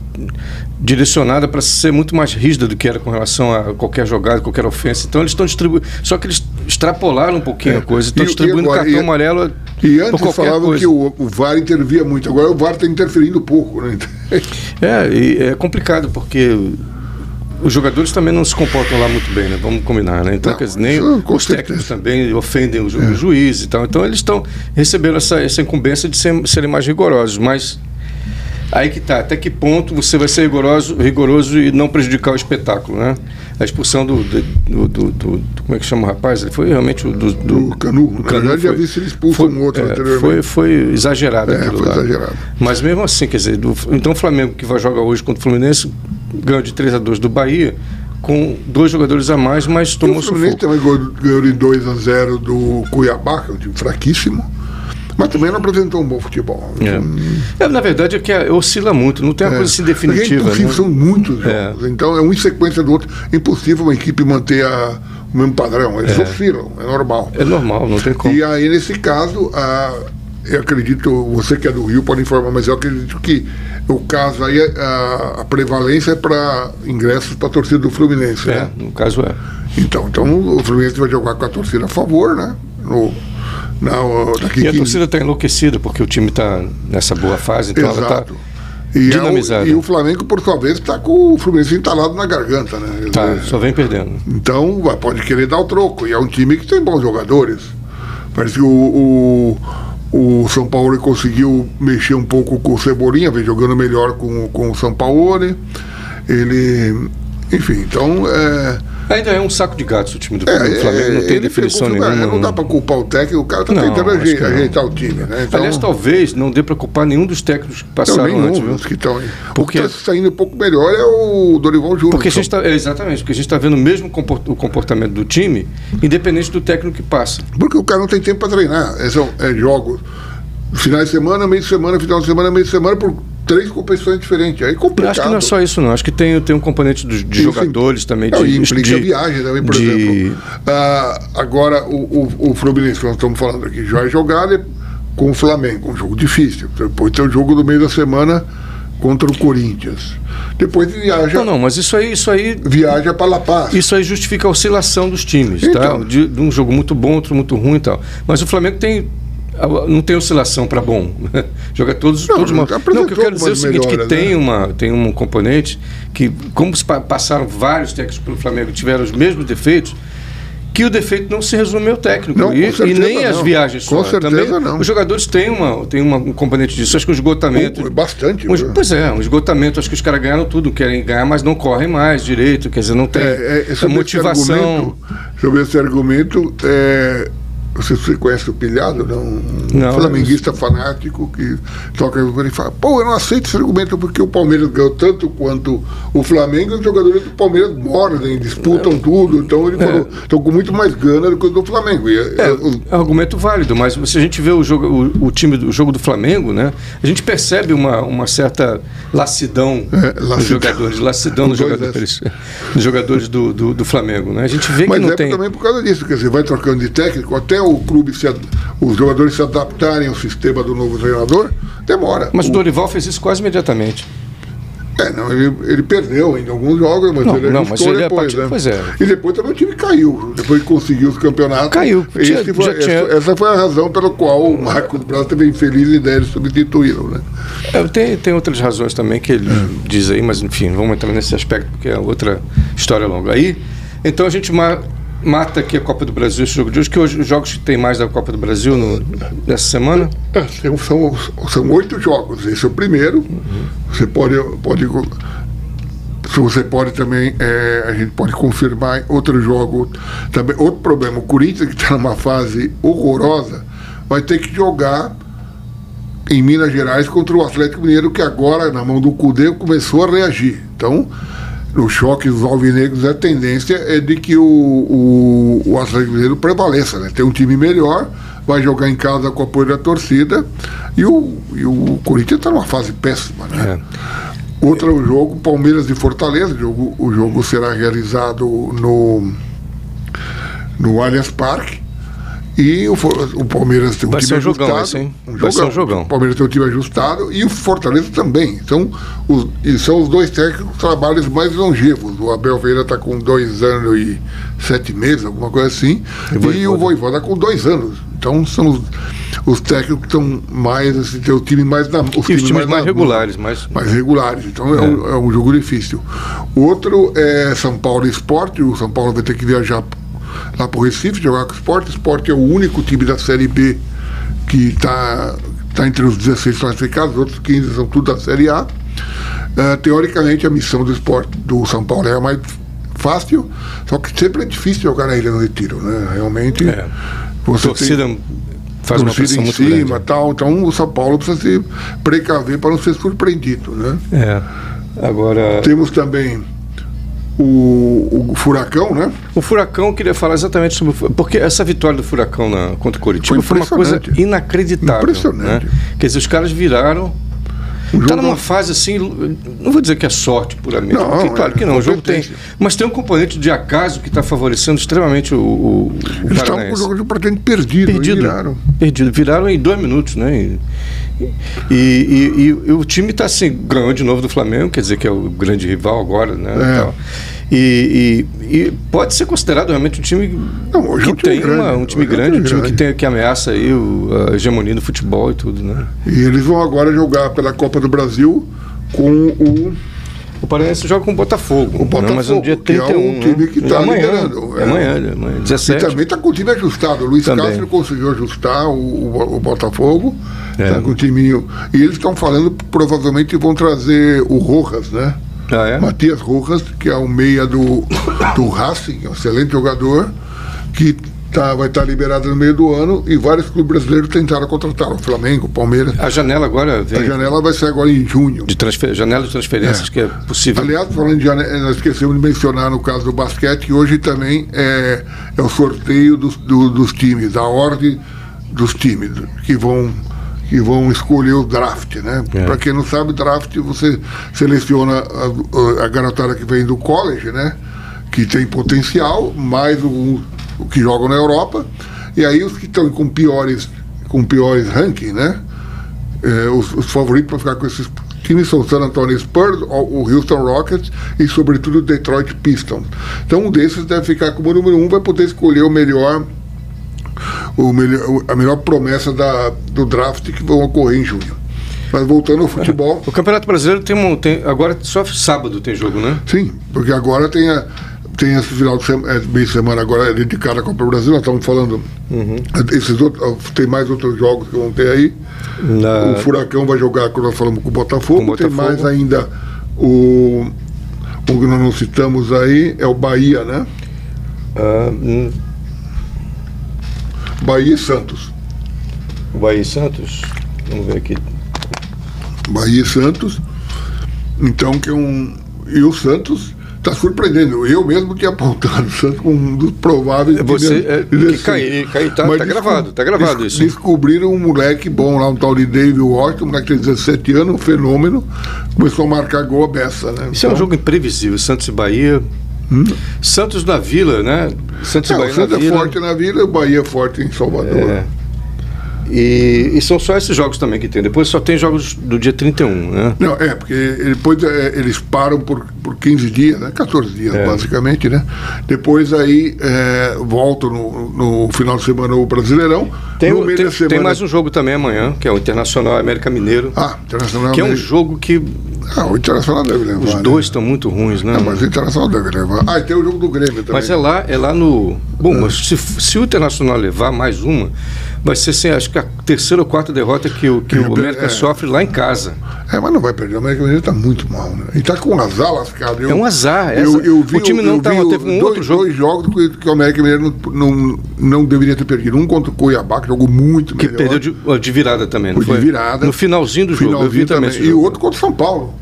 [SPEAKER 1] direcionada para ser muito mais rígida do que era com relação a qualquer jogada, qualquer ofensa. Então eles estão distribuindo. Só que eles extrapolaram um pouquinho a coisa. Estão
[SPEAKER 2] É. E- e
[SPEAKER 1] distribuindo
[SPEAKER 2] agora?
[SPEAKER 1] cartão
[SPEAKER 2] E-
[SPEAKER 1] amarelo
[SPEAKER 2] E
[SPEAKER 1] por
[SPEAKER 2] antes
[SPEAKER 1] qualquer
[SPEAKER 2] falavam
[SPEAKER 1] coisa.
[SPEAKER 2] que o, o VAR intervia muito, agora o VAR está interferindo pouco, né?
[SPEAKER 1] É, e é complicado porque os jogadores também não se comportam lá muito bem, né? Vamos combinar, né? Então,
[SPEAKER 2] Não,
[SPEAKER 1] quer dizer, nem
[SPEAKER 2] isso com
[SPEAKER 1] os técnicos
[SPEAKER 2] certeza. É.
[SPEAKER 1] também ofendem o, ju- o juiz e tal. Então, eles estão recebendo essa, essa incumbência de ser- serem mais rigorosos, mas aí que tá, até que ponto você vai ser rigoroso, rigoroso e não prejudicar o espetáculo, né? A expulsão do, do, do- do- do- como é que chama o rapaz? Ele foi realmente o do, do,
[SPEAKER 2] Do Canu. Na verdade, já vi se ele expulsa
[SPEAKER 1] foi-
[SPEAKER 2] um outro
[SPEAKER 1] é,
[SPEAKER 2] anteriormente.
[SPEAKER 1] Foi, foi exagerado
[SPEAKER 2] É,
[SPEAKER 1] aquilo
[SPEAKER 2] foi
[SPEAKER 1] lá.
[SPEAKER 2] exagerado.
[SPEAKER 1] Mas mesmo assim, quer dizer, do- então o Flamengo que vai jogar hoje contra o Fluminense ganhou de 3 a 2 do Bahia com dois jogadores a mais, mas tomou
[SPEAKER 2] O Fluminense tá-
[SPEAKER 1] sufoco.
[SPEAKER 2] também ganhou- ganhou de 2 a 0 do Cuiabá, que é um time fraquíssimo, mas também não apresentou um bom futebol.
[SPEAKER 1] É. É, na verdade é que é, oscila muito, não tem uma coisa assim
[SPEAKER 2] Porque é
[SPEAKER 1] definitiva.
[SPEAKER 2] impossível,
[SPEAKER 1] né?
[SPEAKER 2] são muitos
[SPEAKER 1] É.
[SPEAKER 2] jogos. Então é um em sequência do outro. É impossível uma equipe manter a- o mesmo padrão. Eles oscilam, é normal.
[SPEAKER 1] É normal, não tem como.
[SPEAKER 2] E aí, nesse caso, a- eu acredito, você que é do Rio pode informar, mas eu acredito que o caso aí, a, a prevalência é para ingressos para a torcida do Fluminense,
[SPEAKER 1] É,
[SPEAKER 2] né?
[SPEAKER 1] no caso é.
[SPEAKER 2] Então, então o Fluminense vai jogar com a torcida a favor, né? No, na, daqui
[SPEAKER 1] E a
[SPEAKER 2] 15
[SPEAKER 1] torcida está enlouquecida porque o time está nessa boa fase, então ela
[SPEAKER 2] Exato.
[SPEAKER 1] está
[SPEAKER 2] E, é o,
[SPEAKER 1] dinamizada.
[SPEAKER 2] e o Flamengo, por sua vez, está com o Fluminense entalado na garganta, né? Quer
[SPEAKER 1] tá,
[SPEAKER 2] dizer,
[SPEAKER 1] só vem perdendo.
[SPEAKER 2] Então, vai- pode querer dar o troco. E é um time que tem bons jogadores. Parece que o, o, o São Paulo conseguiu mexer um pouco com o Cebolinha, vem jogando melhor com, o- com o São Paulo. Ele. Enfim, então. É,
[SPEAKER 1] Ainda é um saco de gatos o time do,
[SPEAKER 2] É,
[SPEAKER 1] do Flamengo, não
[SPEAKER 2] é,
[SPEAKER 1] tem
[SPEAKER 2] ele
[SPEAKER 1] definição
[SPEAKER 2] pegou o Flamengo,
[SPEAKER 1] nenhuma. né?
[SPEAKER 2] Não dá para culpar o técnico, o cara está
[SPEAKER 1] Não,
[SPEAKER 2] tentando
[SPEAKER 1] acho
[SPEAKER 2] aje-
[SPEAKER 1] que não.
[SPEAKER 2] ajeitar o time. Né? Então,
[SPEAKER 1] Aliás, talvez não dê para culpar nenhum dos técnicos que passaram
[SPEAKER 2] não, nenhum
[SPEAKER 1] antes, viu?
[SPEAKER 2] dos que estão aí.
[SPEAKER 1] Porque-
[SPEAKER 2] O que está saindo um pouco melhor é o Dorival Júnior.
[SPEAKER 1] Porque a gente tá, é, exatamente, porque a gente está vendo o mesmo compor- o comportamento do time, independente do técnico que passa.
[SPEAKER 2] Porque o cara não tem tempo para treinar. É, são, é jogos. Final de semana, meio de semana, final de semana, meio de semana, por três competições diferentes. Aí é
[SPEAKER 1] Eu
[SPEAKER 2] complicado.
[SPEAKER 1] acho que não é só isso, não. Acho que tem, tem um componente dos, de
[SPEAKER 2] Isso
[SPEAKER 1] jogadores também.
[SPEAKER 2] Não,
[SPEAKER 1] de,
[SPEAKER 2] e implica
[SPEAKER 1] de-
[SPEAKER 2] viagem também, por
[SPEAKER 1] de-
[SPEAKER 2] exemplo. Ah, agora, o, o, o Fluminense, que nós estamos falando aqui, já é jogado com o Flamengo, um jogo difícil. Depois tem o jogo do meio da semana contra o Corinthians. Depois viaja,
[SPEAKER 1] Não, não, mas isso aí, isso aí,
[SPEAKER 2] viaja para La Paz.
[SPEAKER 1] isso aí justifica a oscilação dos times,
[SPEAKER 2] Então.
[SPEAKER 1] tá? De, de um jogo muito bom, outro muito ruim e tal. Mas o Flamengo tem. Não tem oscilação para bom. Joga todos,
[SPEAKER 2] Não,
[SPEAKER 1] todos uma.
[SPEAKER 2] apresentou
[SPEAKER 1] Não, o que eu quero dizer é o
[SPEAKER 2] algumas
[SPEAKER 1] seguinte: que
[SPEAKER 2] melhoras,
[SPEAKER 1] tem,
[SPEAKER 2] né?
[SPEAKER 1] uma, tem um componente que, como se pa- passaram vários técnicos pelo Flamengo e tiveram os mesmos defeitos, que o defeito não se resume ao técnico.
[SPEAKER 2] Não, com
[SPEAKER 1] e, e
[SPEAKER 2] certeza
[SPEAKER 1] nem as
[SPEAKER 2] não.
[SPEAKER 1] viagens
[SPEAKER 2] Com
[SPEAKER 1] só.
[SPEAKER 2] certeza
[SPEAKER 1] Também
[SPEAKER 2] não.
[SPEAKER 1] Os jogadores têm, uma, têm uma, um componente disso. Acho que o esgotamento.
[SPEAKER 2] Pô, é Bastante.
[SPEAKER 1] Um es-
[SPEAKER 2] viu?
[SPEAKER 1] pois é, um esgotamento. Acho que os caras ganharam tudo, querem ganhar, mas não correm mais direito. Quer dizer, não tem
[SPEAKER 2] É, é, é,
[SPEAKER 1] a
[SPEAKER 2] sobre Esse
[SPEAKER 1] motivação.
[SPEAKER 2] argumento, sobre esse argumento, é, você, você conhece o Pilhado, não? Um
[SPEAKER 1] Não,
[SPEAKER 2] flamenguista fanático que toca ele fala, pô, eu não aceito esse argumento porque o Palmeiras ganhou tanto quanto o Flamengo, e os jogadores do Palmeiras mordem, disputam
[SPEAKER 1] É.
[SPEAKER 2] tudo, então ele falou, estão com muito mais gana do que o do Flamengo. E, é, o-
[SPEAKER 1] É um argumento válido, mas se a gente vê o jogo, o, o time do o jogo do Flamengo, né? A gente percebe uma, uma certa lassidão
[SPEAKER 2] lassidão.
[SPEAKER 1] nos jogadores, lassidão nos
[SPEAKER 2] É, Dois
[SPEAKER 1] jogadores, nos jogadores do, do, do Flamengo, né? A gente vê que
[SPEAKER 2] Mas
[SPEAKER 1] não
[SPEAKER 2] é
[SPEAKER 1] tem.
[SPEAKER 2] também por causa disso, quer dizer, vai trocando de técnico, até o clube, se ad- os jogadores se adaptarem ao sistema do novo treinador, demora.
[SPEAKER 1] Mas o
[SPEAKER 2] O-
[SPEAKER 1] Dorival fez isso quase imediatamente.
[SPEAKER 2] É, não, ele, ele perdeu em alguns jogos, mas
[SPEAKER 1] Não,
[SPEAKER 2] ele
[SPEAKER 1] não,
[SPEAKER 2] ajustou
[SPEAKER 1] mas ele é
[SPEAKER 2] depois,
[SPEAKER 1] parti-
[SPEAKER 2] né?
[SPEAKER 1] pois é.
[SPEAKER 2] E depois também o time caiu, depois que conseguiu os campeonatos.
[SPEAKER 1] Caiu,
[SPEAKER 2] Esse
[SPEAKER 1] tinha-
[SPEAKER 2] foi-
[SPEAKER 1] já
[SPEAKER 2] essa,
[SPEAKER 1] tinha-
[SPEAKER 2] essa foi a razão pela qual o Marcos Braz teve a infeliz ideia de substituí-lo, né?
[SPEAKER 1] É, tem, tem outras razões também que ele diz aí, mas enfim, não vamos entrar nesse aspecto porque é outra história longa. Aí, então a gente ma- mata aqui a Copa do Brasil, esse jogo de hoje, que hoje os jogos que tem mais da Copa do Brasil no, nessa semana.
[SPEAKER 2] É, tem- são, são oito jogos, esse é o primeiro. Você pode. pode se você pode também, é, a gente pode confirmar outro jogo. Também, outro problema, o Corinthians, que está numa fase horrorosa, vai ter que jogar em Minas Gerais contra o Atlético Mineiro, que agora, na mão do Cudê, começou a reagir. Então, no choque dos alvinegros, a tendência é de que o, o, o Atlético Mineiro prevaleça, né? Tem um time melhor, vai jogar em casa com o apoio da torcida, e o, e o Corinthians está numa fase péssima, né? Outro é o jogo Palmeiras e Fortaleza. O jogo, o jogo será realizado no, no Allianz Parque. E o, For- o Palmeiras tem um
[SPEAKER 1] Vai
[SPEAKER 2] time
[SPEAKER 1] ser um jogão
[SPEAKER 2] ajustado.
[SPEAKER 1] esse, hein? Vai ser um jogão.
[SPEAKER 2] O Palmeiras tem um time ajustado e o Fortaleza também. Então, os, e são os dois técnicos com trabalhos mais longevos. O Abel Ferreira está com dois anos e sete meses, alguma coisa assim.
[SPEAKER 1] E
[SPEAKER 2] E,
[SPEAKER 1] Voivoda.
[SPEAKER 2] o Voivoda com dois anos. Então são os, os técnicos que estão mais, assim, tem o time mais na
[SPEAKER 1] E os times mais
[SPEAKER 2] na-
[SPEAKER 1] regulares, mas.
[SPEAKER 2] mais regulares. Então é, um, é um jogo difícil. O outro é São Paulo Esporte. O São Paulo vai ter que viajar lá para o Recife jogar com o Esporte. O Esporte é o único time da Série B que está tá entre os 16 classificados. Os outros 15 são tudo da Série A. Ah, teoricamente, a missão do esporte do São Paulo é a mais fácil, só que sempre é difícil jogar na Ilha do Retiro, né? Realmente,
[SPEAKER 1] É. A
[SPEAKER 2] você tem-
[SPEAKER 1] torcida faz uma
[SPEAKER 2] torcida
[SPEAKER 1] pressão
[SPEAKER 2] em
[SPEAKER 1] muito
[SPEAKER 2] cima tal. Então o São Paulo precisa se precaver para não ser surpreendido. Né?
[SPEAKER 1] grande. É. Agora.
[SPEAKER 2] Temos também o, o Furacão, né?
[SPEAKER 1] O Furacão, eu queria falar exatamente sobre. o Fu- Porque essa vitória do Furacão na- contra o Curitiba
[SPEAKER 2] Foi
[SPEAKER 1] foi, uma coisa
[SPEAKER 2] impressionante.
[SPEAKER 1] inacreditável.
[SPEAKER 2] Impressionante.
[SPEAKER 1] né? Quer dizer, os caras viraram.
[SPEAKER 2] jogo-
[SPEAKER 1] Está numa fase assim, não vou dizer que é sorte puramente,
[SPEAKER 2] Não,
[SPEAKER 1] porque, claro
[SPEAKER 2] é
[SPEAKER 1] que não, o jogo tem.
[SPEAKER 2] competência.
[SPEAKER 1] Mas tem um componente de acaso que está favorecendo extremamente o, o, o
[SPEAKER 2] Eles estavam com o
[SPEAKER 1] Paranaense.
[SPEAKER 2] jogo de praticamente perdido.
[SPEAKER 1] é Perdido.
[SPEAKER 2] E viraram.
[SPEAKER 1] Perdido. Viraram em dois minutos, né? E, e, e- e o time tá assim, ganhou de novo do Flamengo, quer dizer que é o grande rival agora, né?
[SPEAKER 2] É.
[SPEAKER 1] E, tal. E- e- e pode ser considerado realmente um time
[SPEAKER 2] Não, hoje
[SPEAKER 1] que
[SPEAKER 2] é um time
[SPEAKER 1] tem uma-
[SPEAKER 2] grande.
[SPEAKER 1] um time
[SPEAKER 2] Hoje é um
[SPEAKER 1] grande, um
[SPEAKER 2] time
[SPEAKER 1] time que,
[SPEAKER 2] grande.
[SPEAKER 1] tem, que ameaça aí o, a hegemonia do futebol e tudo, né?
[SPEAKER 2] E eles vão agora jogar pela Copa do Brasil com o.
[SPEAKER 1] O Paranaense joga com o Botafogo.
[SPEAKER 2] O Botafogo,
[SPEAKER 1] né? Mas é no dia
[SPEAKER 2] que é um
[SPEAKER 1] 31.
[SPEAKER 2] time que tá
[SPEAKER 1] amanhã,
[SPEAKER 2] liderando,
[SPEAKER 1] É
[SPEAKER 2] é.
[SPEAKER 1] amanhã, é amanhã,
[SPEAKER 2] E
[SPEAKER 1] 17.
[SPEAKER 2] também está com o time ajustado. O Luiz
[SPEAKER 1] Também.
[SPEAKER 2] Castro conseguiu ajustar o, o, o Botafogo. tá
[SPEAKER 1] É.
[SPEAKER 2] Está com o timinho. E eles estão falando, provavelmente vão trazer o Rojas, né?
[SPEAKER 1] Ah, é?
[SPEAKER 2] Matias Rojas, que é o meia do, do Racing, é um excelente jogador, que tá, vai estar liberado no meio do ano e vários clubes brasileiros tentaram contratá-lo. Flamengo, Palmeiras.
[SPEAKER 1] A janela agora
[SPEAKER 2] A
[SPEAKER 1] vem
[SPEAKER 2] janela vai ser agora em junho.
[SPEAKER 1] de transfer... janela de transferências
[SPEAKER 2] É.
[SPEAKER 1] que é possível.
[SPEAKER 2] Aliás, falando de janela, nós esquecemos de mencionar no caso do basquete, que hoje também é, é o sorteio dos, do- dos times, a ordem dos times que vão, que vão escolher o draft, né?
[SPEAKER 1] É.
[SPEAKER 2] Para quem não sabe, draft você seleciona a, a garotada que vem do college, né? Que tem potencial, mais o, o que jogam na Europa, e aí os que estão com piores, com piores ranking, né? É, os, os favoritos para ficar com esses times são o San Antonio Spurs, o, o Houston Rockets e, sobretudo, o Detroit Pistons. Então, um desses deve ficar como número um, vai poder escolher o melhor, o melhor o- a melhor promessa da, do draft que vão ocorrer em junho. Mas voltando ao futebol,
[SPEAKER 1] O Campeonato Brasileiro tem, um, tem agora só sábado tem jogo, né?
[SPEAKER 2] sim, porque agora tem, a, tem esse final de semana, é, meio de semana agora é dedicado à Copa do Brasil, nós estamos falando. Esses outros, tem mais outros jogos que vão ter aí. O Furacão vai jogar, como nós falamos, com o Botafogo.
[SPEAKER 1] Ah. Com o
[SPEAKER 2] Tem
[SPEAKER 1] Botafogo.
[SPEAKER 2] mais ainda o, o que nós não citamos aí, é o Bahia, né?
[SPEAKER 1] Ah, hum,
[SPEAKER 2] Bahia e Santos.
[SPEAKER 1] Bahia e Santos. Vamos ver aqui.
[SPEAKER 2] Bahia e Santos. Então, que é um. E o Santos está surpreendendo. Eu mesmo tinha apontado o Santos como um dos prováveis.
[SPEAKER 1] Você, é,
[SPEAKER 2] primeiros
[SPEAKER 1] que
[SPEAKER 2] desses.
[SPEAKER 1] cai, cai, tá,
[SPEAKER 2] Mas
[SPEAKER 1] tá
[SPEAKER 2] desco-
[SPEAKER 1] gravado, tá gravado
[SPEAKER 2] des-
[SPEAKER 1] isso.
[SPEAKER 2] Descobriram um moleque bom lá, um tal de David Washington, um moleque de 17 anos, um fenômeno. Começou a marcar gol a beça, né?
[SPEAKER 1] Isso é um
[SPEAKER 2] Então,
[SPEAKER 1] jogo imprevisível, Santos e Bahia. Santos na Vila, né? Santos e
[SPEAKER 2] Hum? É,
[SPEAKER 1] Bahia
[SPEAKER 2] o Santos
[SPEAKER 1] na
[SPEAKER 2] é
[SPEAKER 1] Vila.
[SPEAKER 2] forte na Vila, o Bahia é forte em Salvador.
[SPEAKER 1] É. E, e são só esses jogos também que tem. Depois só tem jogos do dia 31, né?
[SPEAKER 2] Não, é, porque depois é, eles param por, por 15 dias, né? 14 dias,
[SPEAKER 1] É.
[SPEAKER 2] basicamente, né? Depois aí é, voltam no, no final de semana o Brasileirão.
[SPEAKER 1] Tem,
[SPEAKER 2] no
[SPEAKER 1] o-
[SPEAKER 2] meio
[SPEAKER 1] tem-
[SPEAKER 2] da semana.
[SPEAKER 1] tem mais um jogo também amanhã, que é o Internacional e América Mineiro.
[SPEAKER 2] Ah, Internacional
[SPEAKER 1] que é um
[SPEAKER 2] deve-
[SPEAKER 1] jogo que
[SPEAKER 2] Ah, o Internacional deve levar.
[SPEAKER 1] os
[SPEAKER 2] né?
[SPEAKER 1] dois estão muito ruins, né?
[SPEAKER 2] Ah, mas o Internacional deve levar. Ah, e tem o jogo do Grêmio também.
[SPEAKER 1] Mas é lá, é lá no. Bom, mas se, se o Internacional levar mais uma, vai ser assim, acho que a terceira ou quarta derrota que o, que
[SPEAKER 2] É,
[SPEAKER 1] o América
[SPEAKER 2] é.
[SPEAKER 1] sofre lá em casa.
[SPEAKER 2] É, mas não vai perder. O América Mineiro tá muito mal, né? E tá com um azar lascado. Eu-
[SPEAKER 1] É um azar, essa- o time não
[SPEAKER 2] eu
[SPEAKER 1] tava-
[SPEAKER 2] vi
[SPEAKER 1] teve um
[SPEAKER 2] dois,
[SPEAKER 1] outro jogo.
[SPEAKER 2] Dois jogos que, que o América Mineiro não, não, não deveria ter perdido. Um contra o Cuiabá, que jogou muito
[SPEAKER 1] Que
[SPEAKER 2] melhor.
[SPEAKER 1] perdeu de, de virada também, não
[SPEAKER 2] Foi de
[SPEAKER 1] foi?
[SPEAKER 2] virada.
[SPEAKER 1] No finalzinho do jogo. eu vi
[SPEAKER 2] finalzinho
[SPEAKER 1] também
[SPEAKER 2] também.
[SPEAKER 1] esse
[SPEAKER 2] E o
[SPEAKER 1] jogo.
[SPEAKER 2] outro contra o São Paulo.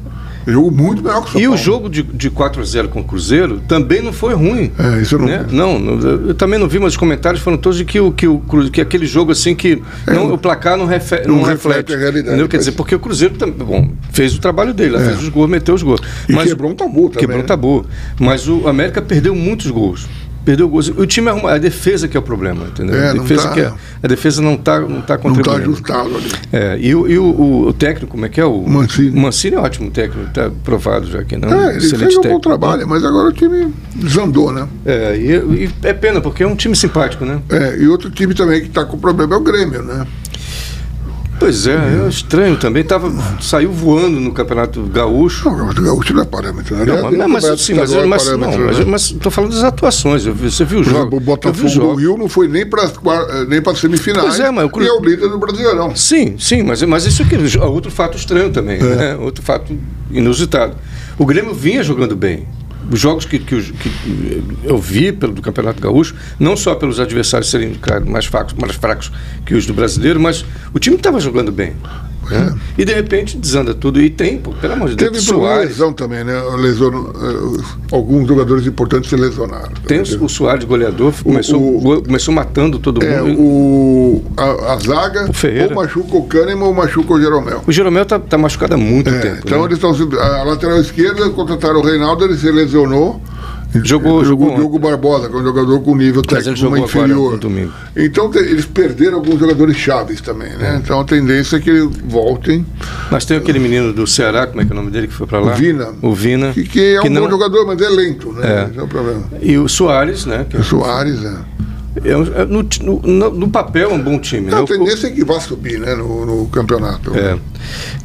[SPEAKER 2] Jogo muito melhor que o São
[SPEAKER 1] E
[SPEAKER 2] Paulo.
[SPEAKER 1] o jogo de, de 4 a 0 com o Cruzeiro também não foi ruim.
[SPEAKER 2] É, isso eu não
[SPEAKER 1] né?
[SPEAKER 2] vi.
[SPEAKER 1] não, não, eu eu também não vi, mas os comentários foram todos de que, o, que, o, Cru- que aquele jogo assim que não, o placar não, refe- não, reflete.
[SPEAKER 2] É, um reflete a realidade,
[SPEAKER 1] entendeu? Quer
[SPEAKER 2] pois. é.
[SPEAKER 1] dizer, porque o Cruzeiro também, bom, fez o trabalho dele, lá fez os gols, meteu os gols.
[SPEAKER 2] E quebrou um tabu também,
[SPEAKER 1] Quebrou um
[SPEAKER 2] né?
[SPEAKER 1] tabu. Mas o América perdeu muitos gols. Perdeu gols. O time arruma, a defesa que é o problema, entendeu?
[SPEAKER 2] É,
[SPEAKER 1] a,
[SPEAKER 2] não
[SPEAKER 1] defesa
[SPEAKER 2] tá-
[SPEAKER 1] que é- a defesa não está não tá
[SPEAKER 2] não está
[SPEAKER 1] contribuindo.
[SPEAKER 2] ajustado ali.
[SPEAKER 1] É, e o, e o- o- o técnico, como é que é? O
[SPEAKER 2] Mancini.
[SPEAKER 1] é ótimo técnico, está provado já que não.
[SPEAKER 2] É, ele fez um bom trabalho, mas agora o time desandou, né?
[SPEAKER 1] É, e, e é pena, porque é um time simpático, né?
[SPEAKER 2] É, e outro time também que está com problema é o Grêmio, né?
[SPEAKER 1] Pois é, é estranho também. Tava, saiu voando no Campeonato Gaúcho.
[SPEAKER 2] Não, o Gaúcho não é parâmetro, né?
[SPEAKER 1] Não, mas, não, mas, sim, mas,
[SPEAKER 2] Estadual é
[SPEAKER 1] mas, não,
[SPEAKER 2] parâmetro,
[SPEAKER 1] mas,
[SPEAKER 2] né?
[SPEAKER 1] mas tô falando das atuações. Eu vi- você viu o
[SPEAKER 2] Por
[SPEAKER 1] jogo?
[SPEAKER 2] exemplo, o
[SPEAKER 1] eu vi o
[SPEAKER 2] Botafogo do
[SPEAKER 1] jogo.
[SPEAKER 2] Rio não foi nem para nem para semifinais.
[SPEAKER 1] Pois é, mas o Cru-
[SPEAKER 2] E é o líder do Brasileirão.
[SPEAKER 1] Sim, sim, mas, mas isso aqui é outro fato estranho também,
[SPEAKER 2] É.
[SPEAKER 1] né? outro fato inusitado. O Grêmio vinha jogando bem. Os jogos que, que, os- que eu vi pelo do Campeonato Gaúcho, não só pelos adversários serem claro, mais, fracos, mais fracos que os do brasileiro, mas o time estava jogando bem. né? E de repente desanda tudo. E tem, pô, pelo amor de Deus,
[SPEAKER 2] Teve problema de
[SPEAKER 1] Soares.
[SPEAKER 2] lesão também, né? Lesionou, eh, alguns jogadores importantes se lesionaram.
[SPEAKER 1] Tem o, o Soares goleador, começou,
[SPEAKER 2] o-
[SPEAKER 1] go- começou matando todo
[SPEAKER 2] É,
[SPEAKER 1] mundo.
[SPEAKER 2] o, a, a zaga,
[SPEAKER 1] Uhum. O Ferreira.
[SPEAKER 2] ou machuca o Kahneman ou machuca o Jeromel.
[SPEAKER 1] O Jeromel tá, tá machucado há muito
[SPEAKER 2] É,
[SPEAKER 1] tempo.
[SPEAKER 2] então
[SPEAKER 1] né?
[SPEAKER 2] eles estão. se- A lateral esquerda contrataram o Reinaldo, ele se lesionou.
[SPEAKER 1] Jogou- jogou
[SPEAKER 2] o Diogo Barbosa, que é um jogador com nível
[SPEAKER 1] Mas ele
[SPEAKER 2] é, técnico
[SPEAKER 1] jogou agora,
[SPEAKER 2] inferior.
[SPEAKER 1] no domingo.
[SPEAKER 2] então te- eles perderam alguns jogadores chaves também, né? Então a tendência é que eles voltem.
[SPEAKER 1] Mas tem aquele menino do Ceará, como é que é o nome dele que foi pra lá?
[SPEAKER 2] O Vina.
[SPEAKER 1] O Vina.
[SPEAKER 2] Que, que é um
[SPEAKER 1] não-
[SPEAKER 2] bom jogador, mas é lento, né?
[SPEAKER 1] É.
[SPEAKER 2] Esse é o problema.
[SPEAKER 1] E o Soares, né? que
[SPEAKER 2] O Soares, né?
[SPEAKER 1] é um- é no, ti- no- no- no papel é um bom time. né?
[SPEAKER 2] A
[SPEAKER 1] O-
[SPEAKER 2] tendência é que vá subir, né? No, no campeonato.
[SPEAKER 1] é.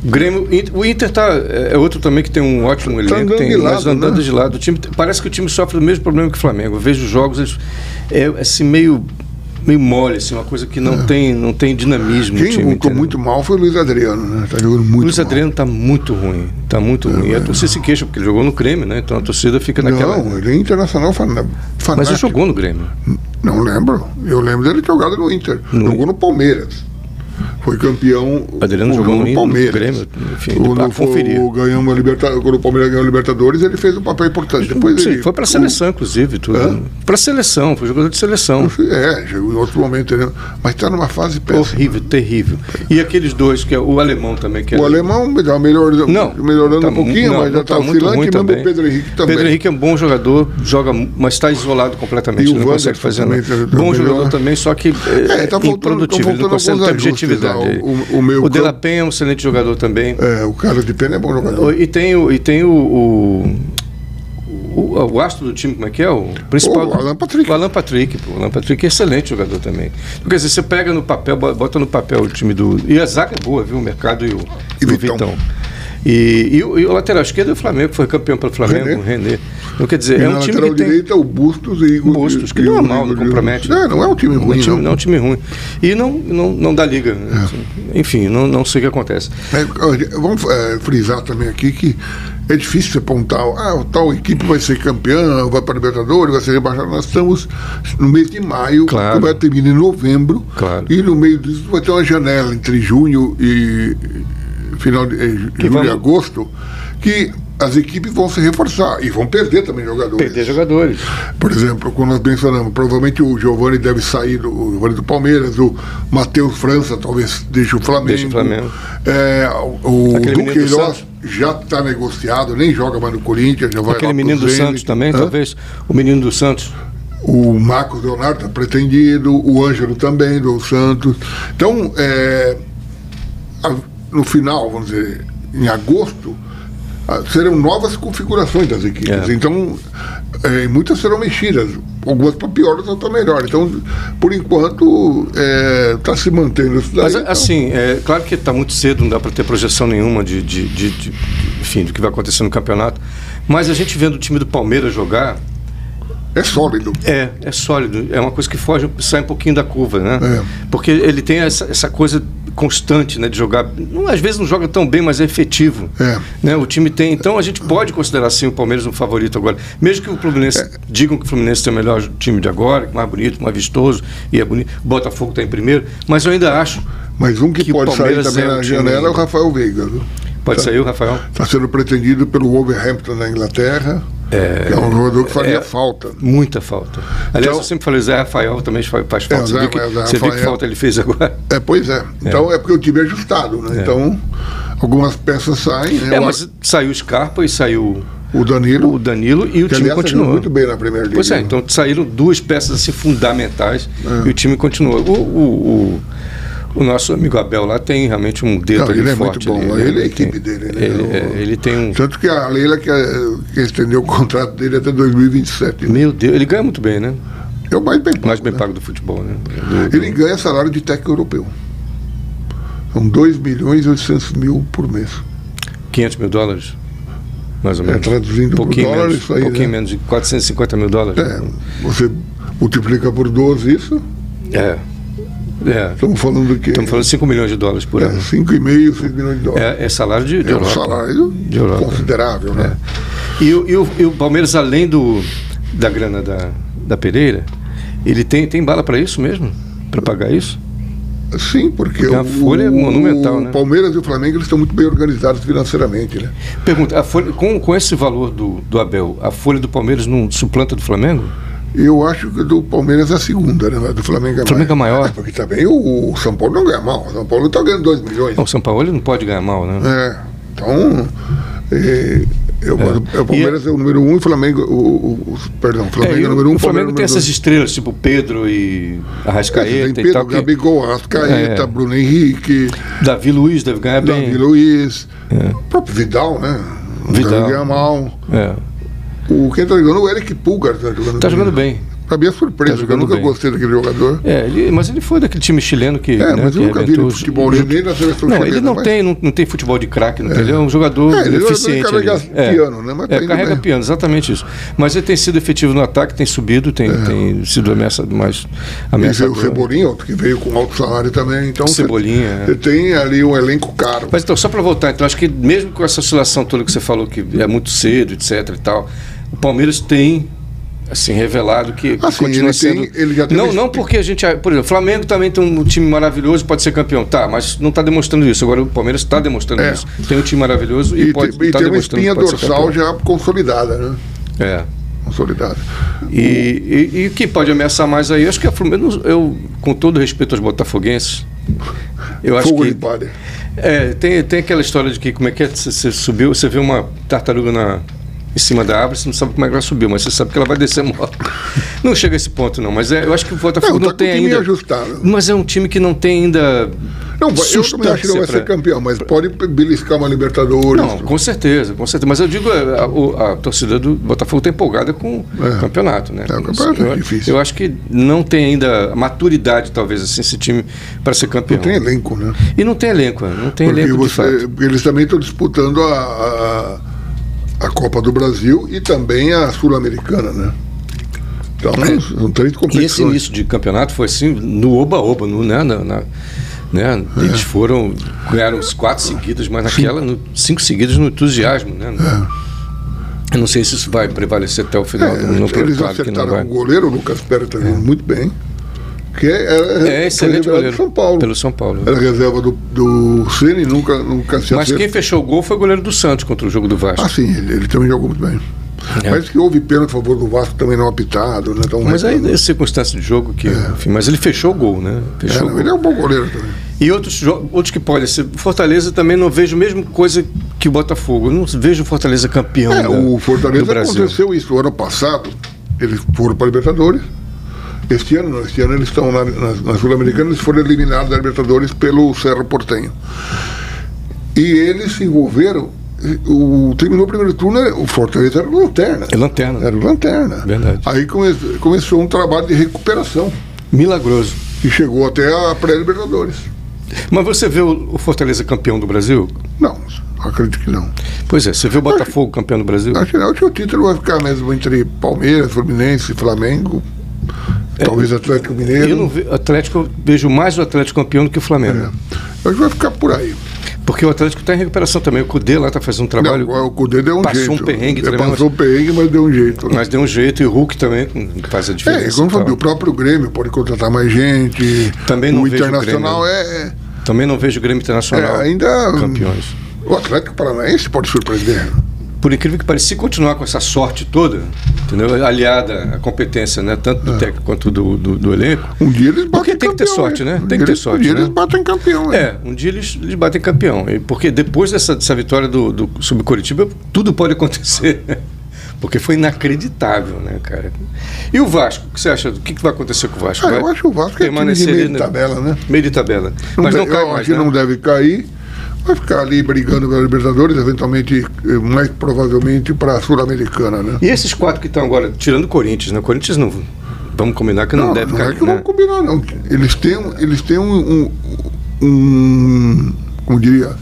[SPEAKER 1] Grêmio, Inter- o Inter tá, é outro também que tem um ótimo elenco,
[SPEAKER 2] andando
[SPEAKER 1] tem,
[SPEAKER 2] de lado,
[SPEAKER 1] mas andando
[SPEAKER 2] Tá né?
[SPEAKER 1] de lado. O time, parece que o time sofre o mesmo problema que o Flamengo. Eu vejo os jogos, eles, é assim, meio meio mole, assim, uma coisa que não, tem, não tem dinamismo. no
[SPEAKER 2] É. Quem
[SPEAKER 1] time,
[SPEAKER 2] lutou
[SPEAKER 1] entendeu?
[SPEAKER 2] muito mal foi o Luiz Adriano, né? Tá jogando muito
[SPEAKER 1] Luiz
[SPEAKER 2] mal. É
[SPEAKER 1] Adriano tá muito ruim, tá muito ruim. E a torcida se queixa, porque ele jogou no Grêmio, né? Então a torcida fica naquela.
[SPEAKER 2] Não, ele é internacional fana-
[SPEAKER 1] Mas
[SPEAKER 2] fanático.
[SPEAKER 1] ele jogou no Grêmio.
[SPEAKER 2] Não lembro. Eu lembro dele ter jogado no Inter.
[SPEAKER 1] No-
[SPEAKER 2] Jogou no Palmeiras. Foi campeão.
[SPEAKER 1] Adriano jogou no- no
[SPEAKER 2] Palmeiras.
[SPEAKER 1] Grêmio, enfim, pra
[SPEAKER 2] quando foi-
[SPEAKER 1] conferir.
[SPEAKER 2] ganhamos a Libertadores, quando o Palmeiras ganhou a Libertadores, ele fez um papel importante. Depois
[SPEAKER 1] Sim,
[SPEAKER 2] ele
[SPEAKER 1] foi para seleção, inclusive, tudo.
[SPEAKER 2] Hã?
[SPEAKER 1] Para seleção, foi jogador de seleção.
[SPEAKER 2] É, chegou em outro momento, né? mas está numa fase péssima.
[SPEAKER 1] Horrível, terrível. E aqueles dois, que é o alemão também, que é.
[SPEAKER 2] O alemão melhor, melhorando,
[SPEAKER 1] Não,
[SPEAKER 2] melhorando
[SPEAKER 1] tá
[SPEAKER 2] um pouquinho,
[SPEAKER 1] mu- não,
[SPEAKER 2] mas já
[SPEAKER 1] não
[SPEAKER 2] está
[SPEAKER 1] tá
[SPEAKER 2] tá
[SPEAKER 1] muito
[SPEAKER 2] oscilante,
[SPEAKER 1] ruim
[SPEAKER 2] mesmo
[SPEAKER 1] também.
[SPEAKER 2] o Pedro Henrique também.
[SPEAKER 1] Pedro Henrique é um bom jogador, joga, mu- mas está isolado completamente.
[SPEAKER 2] E o
[SPEAKER 1] ele não consegue
[SPEAKER 2] Wanderson
[SPEAKER 1] fazer
[SPEAKER 2] também
[SPEAKER 1] nada.
[SPEAKER 2] tá- tá
[SPEAKER 1] bom
[SPEAKER 2] melhor.
[SPEAKER 1] jogador também, só que é,
[SPEAKER 2] É, tá faltando-
[SPEAKER 1] improdutivo.
[SPEAKER 2] tá
[SPEAKER 1] ele não consegue ter
[SPEAKER 2] faltando alguns ajustes lá.
[SPEAKER 1] objetividade.
[SPEAKER 2] O- o- o meio
[SPEAKER 1] De La
[SPEAKER 2] campo-
[SPEAKER 1] Penha é um excelente jogador também.
[SPEAKER 2] É, o cara de pena é bom jogador.
[SPEAKER 1] E tem o. E tem o, o o, o astro do time, como é que é? O principal.
[SPEAKER 2] O Alan Patrick.
[SPEAKER 1] O Alan Patrick, pô. O Alan Patrick é excelente jogador também. Quer dizer, você pega no papel, bo- bota no papel o time do. E a zaga é boa, viu? O mercado e o, e
[SPEAKER 2] E
[SPEAKER 1] o
[SPEAKER 2] Vitão.
[SPEAKER 1] Vitão. E, e o, e o lateral esquerdo é o Flamengo, que foi campeão pelo Flamengo, o René. Então, quer dizer,
[SPEAKER 2] E
[SPEAKER 1] é
[SPEAKER 2] na
[SPEAKER 1] um time
[SPEAKER 2] lateral
[SPEAKER 1] que tem.
[SPEAKER 2] direita, o Bustos e o
[SPEAKER 1] Bustos, que
[SPEAKER 2] e
[SPEAKER 1] não é
[SPEAKER 2] o-
[SPEAKER 1] mal, não
[SPEAKER 2] e o-
[SPEAKER 1] compromete.
[SPEAKER 2] É, não é um time
[SPEAKER 1] Não é
[SPEAKER 2] ruim,
[SPEAKER 1] time-
[SPEAKER 2] não.
[SPEAKER 1] não é um time ruim. E não, não, não dá liga. né? Enfim, não, não sei o que acontece.
[SPEAKER 2] É, ó, vamos é, frisar também aqui que é difícil você apontar, ah, tal equipe vai ser campeã, vai para a Libertadores, vai ser rebaixada. Nós estamos no mês de maio, é
[SPEAKER 1] Claro.
[SPEAKER 2] que vai terminar em novembro,
[SPEAKER 1] Claro.
[SPEAKER 2] e no meio disso vai ter uma janela entre junho e final de eh, julho
[SPEAKER 1] vamos-
[SPEAKER 2] e agosto, que as equipes vão se reforçar e vão perder também jogadores.
[SPEAKER 1] Perder jogadores.
[SPEAKER 2] Por exemplo, quando nós mencionamos, provavelmente o Giovani deve sair do, o Giovani do Palmeiras, o Matheus França talvez deixe o Flamengo.
[SPEAKER 1] Deixe o Flamengo.
[SPEAKER 2] É, o o
[SPEAKER 1] Aquele menino do
[SPEAKER 2] Duqueiroz
[SPEAKER 1] Santos.
[SPEAKER 2] já está negociado, nem joga mais no Corinthians, já vai
[SPEAKER 1] Aquele
[SPEAKER 2] lá pro
[SPEAKER 1] menino do
[SPEAKER 2] Zenit.
[SPEAKER 1] Santos também,
[SPEAKER 2] Hã?
[SPEAKER 1] talvez. O menino do Santos.
[SPEAKER 2] O Marcos Leonardo está pretendido, o Ângelo também, do Santos. Então, é, a- no final, vamos dizer, em agosto, a- serão novas configurações das equipes.
[SPEAKER 1] É.
[SPEAKER 2] Então, é, muitas serão mexidas, algumas para pior, outras para melhor. Então, por enquanto, está se mantendo isso daí.
[SPEAKER 1] Mas
[SPEAKER 2] então,
[SPEAKER 1] assim, é claro que está muito cedo, não dá para ter projeção nenhuma de, de, de- de- enfim, do que vai acontecer no campeonato. Mas a gente vendo o time do Palmeiras jogar,
[SPEAKER 2] é sólido.
[SPEAKER 1] é, é sólido, é uma coisa que foge, sai um pouquinho da curva, né?
[SPEAKER 2] É.
[SPEAKER 1] Porque ele tem essa, essa coisa constante, né, de jogar. Não, às vezes não joga tão bem, mas é efetivo.
[SPEAKER 2] É.
[SPEAKER 1] Né? O time tem. Então a gente pode considerar sim o Palmeiras um favorito agora. Mesmo que o Fluminense
[SPEAKER 2] É.
[SPEAKER 1] digam que o Fluminense tem o melhor time de agora, que é mais bonito, mais vistoso e é bonito. Botafogo está em primeiro, mas eu ainda acho
[SPEAKER 2] Mas um que,
[SPEAKER 1] que o
[SPEAKER 2] pode sair
[SPEAKER 1] Palmeiras
[SPEAKER 2] também
[SPEAKER 1] é um
[SPEAKER 2] na
[SPEAKER 1] time-
[SPEAKER 2] janela é o Rafael Veiga. viu? Tá.
[SPEAKER 1] Pode sair o Rafael?
[SPEAKER 2] Está sendo pretendido pelo Wolverhampton na Inglaterra.
[SPEAKER 1] É.
[SPEAKER 2] que é um jogador que faria
[SPEAKER 1] É.
[SPEAKER 2] falta.
[SPEAKER 1] Muita falta. Aliás,
[SPEAKER 2] Então-
[SPEAKER 1] eu sempre falei, o Zé Rafael também faz faz falta.
[SPEAKER 2] É, o
[SPEAKER 1] você
[SPEAKER 2] Zé-
[SPEAKER 1] viu que,
[SPEAKER 2] é, o Zé
[SPEAKER 1] você viu que
[SPEAKER 2] Rafael.
[SPEAKER 1] falta ele fez agora?
[SPEAKER 2] É, pois é. Então é, porque o time é ajustado, né? Então, algumas peças saem, né?
[SPEAKER 1] É,
[SPEAKER 2] O-
[SPEAKER 1] mas saiu o Scarpa e saiu
[SPEAKER 2] O Danilo,
[SPEAKER 1] o Danilo e o
[SPEAKER 2] que
[SPEAKER 1] time
[SPEAKER 2] aliás jogou
[SPEAKER 1] continuou.
[SPEAKER 2] muito bem na né? primeira liga.
[SPEAKER 1] Pois é, então saíram duas peças assim, fundamentais
[SPEAKER 2] Ah.
[SPEAKER 1] e o time continuou. O, o, o, o nosso amigo Abel lá tem realmente um dedo
[SPEAKER 2] Não,
[SPEAKER 1] ali
[SPEAKER 2] ele é
[SPEAKER 1] forte.
[SPEAKER 2] muito bom,
[SPEAKER 1] ali, né?
[SPEAKER 2] ele é a
[SPEAKER 1] tem-
[SPEAKER 2] equipe dele, né? Então-
[SPEAKER 1] Ele, é, ele tem um.
[SPEAKER 2] Tanto que a Leila que, que estendeu o contrato dele até 2027. né?
[SPEAKER 1] Meu Deus, ele ganha muito bem, né?
[SPEAKER 2] É o mais bem pago.
[SPEAKER 1] Mais bem
[SPEAKER 2] né?
[SPEAKER 1] pago do futebol, né? Do- do-
[SPEAKER 2] Ele ganha salário de técnico europeu. São 2 milhões e 800 mil por mês.
[SPEAKER 1] 500 mil dólares? Mais ou
[SPEAKER 2] É,
[SPEAKER 1] menos.
[SPEAKER 2] traduzindo por
[SPEAKER 1] pouquinho
[SPEAKER 2] dólar,
[SPEAKER 1] menos,
[SPEAKER 2] isso aí,
[SPEAKER 1] pouquinho
[SPEAKER 2] né?
[SPEAKER 1] menos de 450 mil dólares.
[SPEAKER 2] É, você multiplica por 12 isso,
[SPEAKER 1] É. É.
[SPEAKER 2] estamos falando do quê?
[SPEAKER 1] Estamos falando de 5 milhões de dólares por
[SPEAKER 2] É,
[SPEAKER 1] ano.
[SPEAKER 2] 5,5, 6 milhões de dólares.
[SPEAKER 1] É, é salário de, de
[SPEAKER 2] É, um
[SPEAKER 1] Europa.
[SPEAKER 2] salário
[SPEAKER 1] De Europa. É.
[SPEAKER 2] considerável, né?
[SPEAKER 1] E, o- e o, e o Palmeiras, além do, da grana da, da Pereira, ele tem, tem bala para isso mesmo? Para pagar isso?
[SPEAKER 2] Sim, porque
[SPEAKER 1] a folha é monumental,
[SPEAKER 2] o
[SPEAKER 1] né?
[SPEAKER 2] Palmeiras e o Flamengo eles estão muito bem organizados financeiramente, né?
[SPEAKER 1] Pergunta, a folha, com, com esse valor do, do Abel, a folha do Palmeiras não suplanta do Flamengo?
[SPEAKER 2] Eu acho que do Palmeiras é a segunda, né? Mas Do Flamengo é
[SPEAKER 1] Flamengo é maior.
[SPEAKER 2] É, porque também o, o São Paulo não ganha mal. O São Paulo está ganhando 2 milhões.
[SPEAKER 1] Não, o São Paulo não pode ganhar mal, né?
[SPEAKER 2] É, então, é, eu, o Palmeiras é o número um e o Flamengo. O, o- o- perdão, o Flamengo é,
[SPEAKER 1] É, e
[SPEAKER 2] o
[SPEAKER 1] o,
[SPEAKER 2] número um,
[SPEAKER 1] o Flamengo tem
[SPEAKER 2] Palmeiras é o
[SPEAKER 1] essas
[SPEAKER 2] número
[SPEAKER 1] estrelas, tipo Pedro e
[SPEAKER 2] dois.
[SPEAKER 1] Arrascaeta
[SPEAKER 2] Tem
[SPEAKER 1] e
[SPEAKER 2] Pedro,
[SPEAKER 1] tal. que-
[SPEAKER 2] Gabigol, Arrascaeta,
[SPEAKER 1] É.
[SPEAKER 2] Bruno Henrique,
[SPEAKER 1] Davi Luiz deve ganhar bem.
[SPEAKER 2] Davi Luiz, o próprio Vidal, né? Não
[SPEAKER 1] É. Vidal.
[SPEAKER 2] ganha mal.
[SPEAKER 1] É.
[SPEAKER 2] tá O, quem está jogando é o Eric Pulgar. Está jogando,
[SPEAKER 1] Tá jogando bem.
[SPEAKER 2] Para mim é surpresa,
[SPEAKER 1] Tá
[SPEAKER 2] porque eu
[SPEAKER 1] jogando
[SPEAKER 2] nunca
[SPEAKER 1] bem.
[SPEAKER 2] gostei daquele jogador.
[SPEAKER 1] É, ele- mas ele foi daquele time chileno que.
[SPEAKER 2] É,
[SPEAKER 1] né,
[SPEAKER 2] mas eu
[SPEAKER 1] que
[SPEAKER 2] nunca vi ele
[SPEAKER 1] arrebentou
[SPEAKER 2] no
[SPEAKER 1] os-
[SPEAKER 2] futebol, ele nem na seleção
[SPEAKER 1] Não,
[SPEAKER 2] chilena,
[SPEAKER 1] ele não
[SPEAKER 2] mas-
[SPEAKER 1] tem, não, não tem futebol de craque, não tem. Ele é um jogador
[SPEAKER 2] É, ele é um jogador que
[SPEAKER 1] eficiente.
[SPEAKER 2] carrega
[SPEAKER 1] ali.
[SPEAKER 2] piano, né, mas tá
[SPEAKER 1] é,
[SPEAKER 2] indo
[SPEAKER 1] carrega
[SPEAKER 2] bem.
[SPEAKER 1] piano, exatamente isso. Mas ele tem sido efetivo no ataque, tem subido, tem, tem sido ameaça mais
[SPEAKER 2] É. E veio
[SPEAKER 1] ameaçador.
[SPEAKER 2] o Cebolinha, outro que veio com alto salário também. Então, você-
[SPEAKER 1] Cebolinha, é.
[SPEAKER 2] Você tem ali um elenco caro.
[SPEAKER 1] Mas então, só para voltar, então, acho que mesmo com essa oscilação toda que você falou, que é muito cedo, etc e tal, o Palmeiras tem assim revelado que que
[SPEAKER 2] Assim,
[SPEAKER 1] continua
[SPEAKER 2] ele
[SPEAKER 1] sendo
[SPEAKER 2] tem- ele já tem
[SPEAKER 1] não
[SPEAKER 2] uma-
[SPEAKER 1] não porque a gente ah, por exemplo o Flamengo também tem um time maravilhoso pode ser campeão tá mas não está demonstrando isso agora o Palmeiras está demonstrando
[SPEAKER 2] É.
[SPEAKER 1] isso tem um time maravilhoso e,
[SPEAKER 2] E,
[SPEAKER 1] pode
[SPEAKER 2] tem, e
[SPEAKER 1] tá
[SPEAKER 2] tem uma
[SPEAKER 1] demonstrando
[SPEAKER 2] espinha
[SPEAKER 1] que pode ser
[SPEAKER 2] dorsal já consolidada, né?
[SPEAKER 1] campeão. é
[SPEAKER 2] Consolidada.
[SPEAKER 1] e, e, e quem pode ameaçar mais aí acho que é o Flamengo eu com todo respeito aos botafoguenses eu acho
[SPEAKER 2] Fogo
[SPEAKER 1] que
[SPEAKER 2] de palha.
[SPEAKER 1] é, tem, tem aquela história de que como é que é, você você subiu, você vê uma tartaruga na, em cima da árvore, você não sabe como é que ela subiu, mas você sabe que ela vai descer morta. Não chega a esse ponto, não, mas é, eu acho que o Botafogo
[SPEAKER 2] Não,
[SPEAKER 1] não,
[SPEAKER 2] tá com
[SPEAKER 1] tem
[SPEAKER 2] o time
[SPEAKER 1] ainda.
[SPEAKER 2] ajustado.
[SPEAKER 1] Mas é um time que não tem ainda.
[SPEAKER 2] Não, vai- eu também acho que não vai
[SPEAKER 1] substância
[SPEAKER 2] ser
[SPEAKER 1] pra-
[SPEAKER 2] campeão, mas pode beliscar uma Libertadores.
[SPEAKER 1] Não, com certeza, com certeza. Mas eu digo, é, a, o- a torcida do Botafogo está empolgada com
[SPEAKER 2] É.
[SPEAKER 1] o campeonato, né?
[SPEAKER 2] É, o campeonato é
[SPEAKER 1] eu,
[SPEAKER 2] difícil.
[SPEAKER 1] Eu acho que não tem ainda a maturidade, talvez, assim, esse time para ser campeão.
[SPEAKER 2] Tem elenco, né?
[SPEAKER 1] E não tem elenco, né? não tem
[SPEAKER 2] Porque
[SPEAKER 1] elenco de fato.
[SPEAKER 2] você- eles também estão disputando a, a, a Copa do Brasil e também a Sul-Americana, né? Então, são
[SPEAKER 1] É. E
[SPEAKER 2] três
[SPEAKER 1] esse
[SPEAKER 2] competições.
[SPEAKER 1] início de campeonato foi assim, no oba-oba, no, né? na- na- né?
[SPEAKER 2] É.
[SPEAKER 1] Eles foram, ganharam os quatro seguidos, mas naquela, no- cinco seguidos no entusiasmo, né? Eu não sei se isso vai prevalecer até o final do ano,
[SPEAKER 2] É. É,
[SPEAKER 1] né? claro
[SPEAKER 2] eles
[SPEAKER 1] que não
[SPEAKER 2] acertaram
[SPEAKER 1] vai.
[SPEAKER 2] o goleiro, o Lucas Pérez está jogando muito bem. Que é,
[SPEAKER 1] É excelente goleiro.
[SPEAKER 2] São Paulo.
[SPEAKER 1] Pelo São Paulo. né.
[SPEAKER 2] Era reserva do, do Ceni, nunca, nunca se
[SPEAKER 1] Mas quem
[SPEAKER 2] acertou.
[SPEAKER 1] fechou o gol foi o goleiro do Santos contra o jogo do Vasco.
[SPEAKER 2] Ah, sim, ele, ele também jogou muito bem.
[SPEAKER 1] É.
[SPEAKER 2] Parece que houve pênalti a favor do Vasco também não apitado, né? Então,
[SPEAKER 1] mas aí
[SPEAKER 2] é,
[SPEAKER 1] é circunstância de jogo que. enfim, mas ele fechou o gol, né? Fechou o
[SPEAKER 2] não,
[SPEAKER 1] gol.
[SPEAKER 2] ele é um bom goleiro também.
[SPEAKER 1] E outros, jo- outros que podem ser. Fortaleza também não vejo a mesma coisa que o Botafogo. Eu não vejo o Fortaleza campeão.
[SPEAKER 2] É,
[SPEAKER 1] da-
[SPEAKER 2] o Fortaleza
[SPEAKER 1] do Brasil.
[SPEAKER 2] aconteceu isso. O ano passado, eles foram para a Libertadores. Este ano, não, este ano eles estão na, na, na Sul-Americana, eles foram eliminados da Libertadores pelo Cerro Portenho. E eles se envolveram. e O, terminou o primeiro turno, o Fortaleza era lanterna.
[SPEAKER 1] É lanterna.
[SPEAKER 2] Era lanterna.
[SPEAKER 1] Verdade.
[SPEAKER 2] Aí come- começou um trabalho de recuperação,
[SPEAKER 1] Milagroso.
[SPEAKER 2] que chegou até a pré-Libertadores.
[SPEAKER 1] Mas você vê o o Fortaleza campeão do Brasil?
[SPEAKER 2] Não, acredito que não.
[SPEAKER 1] Pois é, você vê o Botafogo campeão do Brasil?
[SPEAKER 2] Acho que não, acho que o título vai ficar mesmo entre Palmeiras, Fluminense, Flamengo, talvez Atlético Mineiro. é.
[SPEAKER 1] Eu não ve- Atlético, eu vejo mais o Atlético campeão do que o Flamengo.
[SPEAKER 2] Acho que vai ficar por aí.
[SPEAKER 1] Porque o Atlético está em recuperação também. O Cudê lá está fazendo um trabalho.
[SPEAKER 2] Não, o Cudê deu um
[SPEAKER 1] passou
[SPEAKER 2] jeito.
[SPEAKER 1] um perrengue
[SPEAKER 2] É,
[SPEAKER 1] tremendo,
[SPEAKER 2] Passou um perrengue, mas deu um jeito.
[SPEAKER 1] Mas deu um jeito e o Hulk também faz a diferença.
[SPEAKER 2] é, e como eu
[SPEAKER 1] e tal.
[SPEAKER 2] falei, o próprio Grêmio pode contratar mais gente.
[SPEAKER 1] Também não
[SPEAKER 2] o
[SPEAKER 1] vejo o
[SPEAKER 2] Internacional é,
[SPEAKER 1] Também não vejo o Grêmio
[SPEAKER 2] é
[SPEAKER 1] Internacional
[SPEAKER 2] ainda.
[SPEAKER 1] campeões.
[SPEAKER 2] O Atlético Paranaense pode surpreender.
[SPEAKER 1] Por incrível que pareça, se continuar com essa sorte toda, entendeu? aliada à competência, né? tanto
[SPEAKER 2] É.
[SPEAKER 1] do técnico quanto do, do, do elenco,
[SPEAKER 2] Um dia eles batem
[SPEAKER 1] Porque tem que ter
[SPEAKER 2] campeão,
[SPEAKER 1] sorte, né?
[SPEAKER 2] Um
[SPEAKER 1] Tem que
[SPEAKER 2] dia
[SPEAKER 1] ter
[SPEAKER 2] eles-
[SPEAKER 1] sorte,
[SPEAKER 2] Um dia
[SPEAKER 1] né?
[SPEAKER 2] eles batem campeão. né?
[SPEAKER 1] É, um dia eles, eles batem campeão. E Porque depois dessa, dessa vitória do, do sobre o Curitiba, tudo pode acontecer. Porque foi inacreditável, né, cara? E o Vasco? O que você acha? O que, que vai acontecer com o Vasco?
[SPEAKER 2] Ah,
[SPEAKER 1] Vai
[SPEAKER 2] eu acho o Vasco é time de
[SPEAKER 1] permanecer
[SPEAKER 2] meio
[SPEAKER 1] ali
[SPEAKER 2] de
[SPEAKER 1] no-
[SPEAKER 2] tabela, né?
[SPEAKER 1] Meio de tabela.
[SPEAKER 2] Não
[SPEAKER 1] Mas não
[SPEAKER 2] deve-
[SPEAKER 1] cai
[SPEAKER 2] eu
[SPEAKER 1] mais,
[SPEAKER 2] acho que
[SPEAKER 1] né?
[SPEAKER 2] não deve cair. Vai ficar ali brigando pela Libertadores, eventualmente, eh, mais provavelmente para a Sul-Americana, né?
[SPEAKER 1] E esses quatro que estão agora, tirando o Corinthians, né? O Corinthians não... Vamos combinar que não, deve
[SPEAKER 2] não
[SPEAKER 1] cair,
[SPEAKER 2] é que
[SPEAKER 1] né?
[SPEAKER 2] vão combinar, não. Eles têm, um- eles têm um, um, um- Como diria?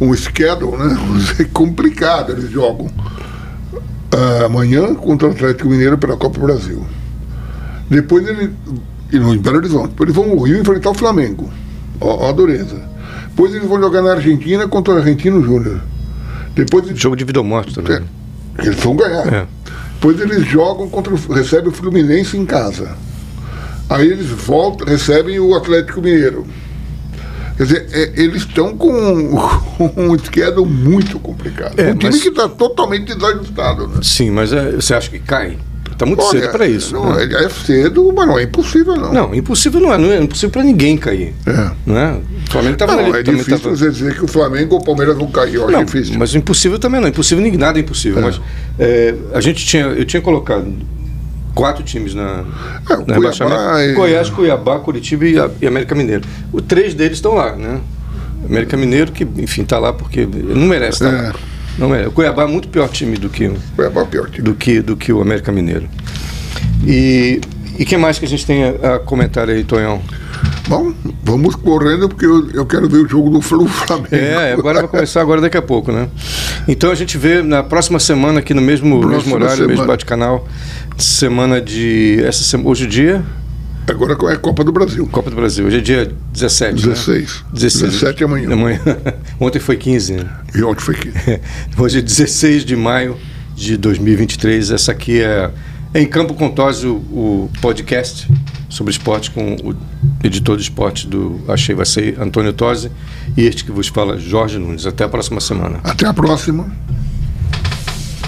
[SPEAKER 2] Um schedule, né? É complicado. Eles jogam ah, amanhã contra o Atlético Mineiro pela Copa do Brasil. Depois ele. E no Belo Horizonte. Depois eles vão ao Rio enfrentar o Flamengo. Ó, ó a dureza. Depois eles vão jogar na Argentina contra o Argentino Júnior. Depois eles,
[SPEAKER 1] Jogo de vida ou morte também. né?
[SPEAKER 2] eles vão ganhar.
[SPEAKER 1] É.
[SPEAKER 2] Depois eles jogam contra, o- recebem o Fluminense em casa. Aí eles voltam, recebem o Atlético Mineiro. Quer dizer, é, eles estão com um, um schedule muito complicado.
[SPEAKER 1] É,
[SPEAKER 2] um time
[SPEAKER 1] mas-
[SPEAKER 2] que está totalmente desajustado. Né?
[SPEAKER 1] Sim, mas é, você acha que cai? Tá muito
[SPEAKER 2] Olha,
[SPEAKER 1] cedo para isso.
[SPEAKER 2] Não,
[SPEAKER 1] né?
[SPEAKER 2] É é cedo, mas não é impossível, não.
[SPEAKER 1] Não, impossível não é. Não é impossível para ninguém cair.
[SPEAKER 2] É.
[SPEAKER 1] Não é? O Flamengo estava
[SPEAKER 2] Não,
[SPEAKER 1] ali.
[SPEAKER 2] é
[SPEAKER 1] também
[SPEAKER 2] difícil
[SPEAKER 1] tava-
[SPEAKER 2] você dizer que o Flamengo ou o Palmeiras vão cair. Eu acho
[SPEAKER 1] Não,
[SPEAKER 2] difícil.
[SPEAKER 1] mas impossível também não. Impossível nem nada é impossível. Mas é, a gente tinha, eu tinha colocado quatro times na,
[SPEAKER 2] É, o
[SPEAKER 1] na
[SPEAKER 2] Cuiabá e-
[SPEAKER 1] Goiás, Cuiabá, Curitiba e, a- e América Mineiro. O três deles estão lá, né? América Mineiro que, enfim, está lá porque não merece tá
[SPEAKER 2] É.
[SPEAKER 1] lá. Não merece. O Cuiabá é muito pior time do que
[SPEAKER 2] É o pior time.
[SPEAKER 1] do que do que o América Mineiro. E E que mais que a gente tem a, a comentar aí, Tonhão?
[SPEAKER 2] Bom, vamos correndo porque eu, eu quero ver o jogo do Flu Flamengo.
[SPEAKER 1] É, agora vai começar agora daqui a pouco, né? Então a gente vê na próxima semana aqui no mesmo,
[SPEAKER 2] Próxima
[SPEAKER 1] mesmo horário, mesmo
[SPEAKER 2] semana.
[SPEAKER 1] bate-canal, semana de essa sema- hoje o dia
[SPEAKER 2] Agora é a Copa do Brasil.
[SPEAKER 1] Copa do Brasil, hoje é dia 17,
[SPEAKER 2] 16.
[SPEAKER 1] né? 16.
[SPEAKER 2] 17 é amanhã.
[SPEAKER 1] Amanhã. Ontem foi 15, né?
[SPEAKER 2] E ontem foi aqui.
[SPEAKER 1] Hoje é 16 de maio de 2023. Essa aqui é, é Em Campo com Tose, o, o podcast sobre esporte com o editor de esporte do Achei Vai Ser, Antônio Tose, e este que vos fala, Jorge Nunes. Até a próxima semana.
[SPEAKER 2] Até a próxima.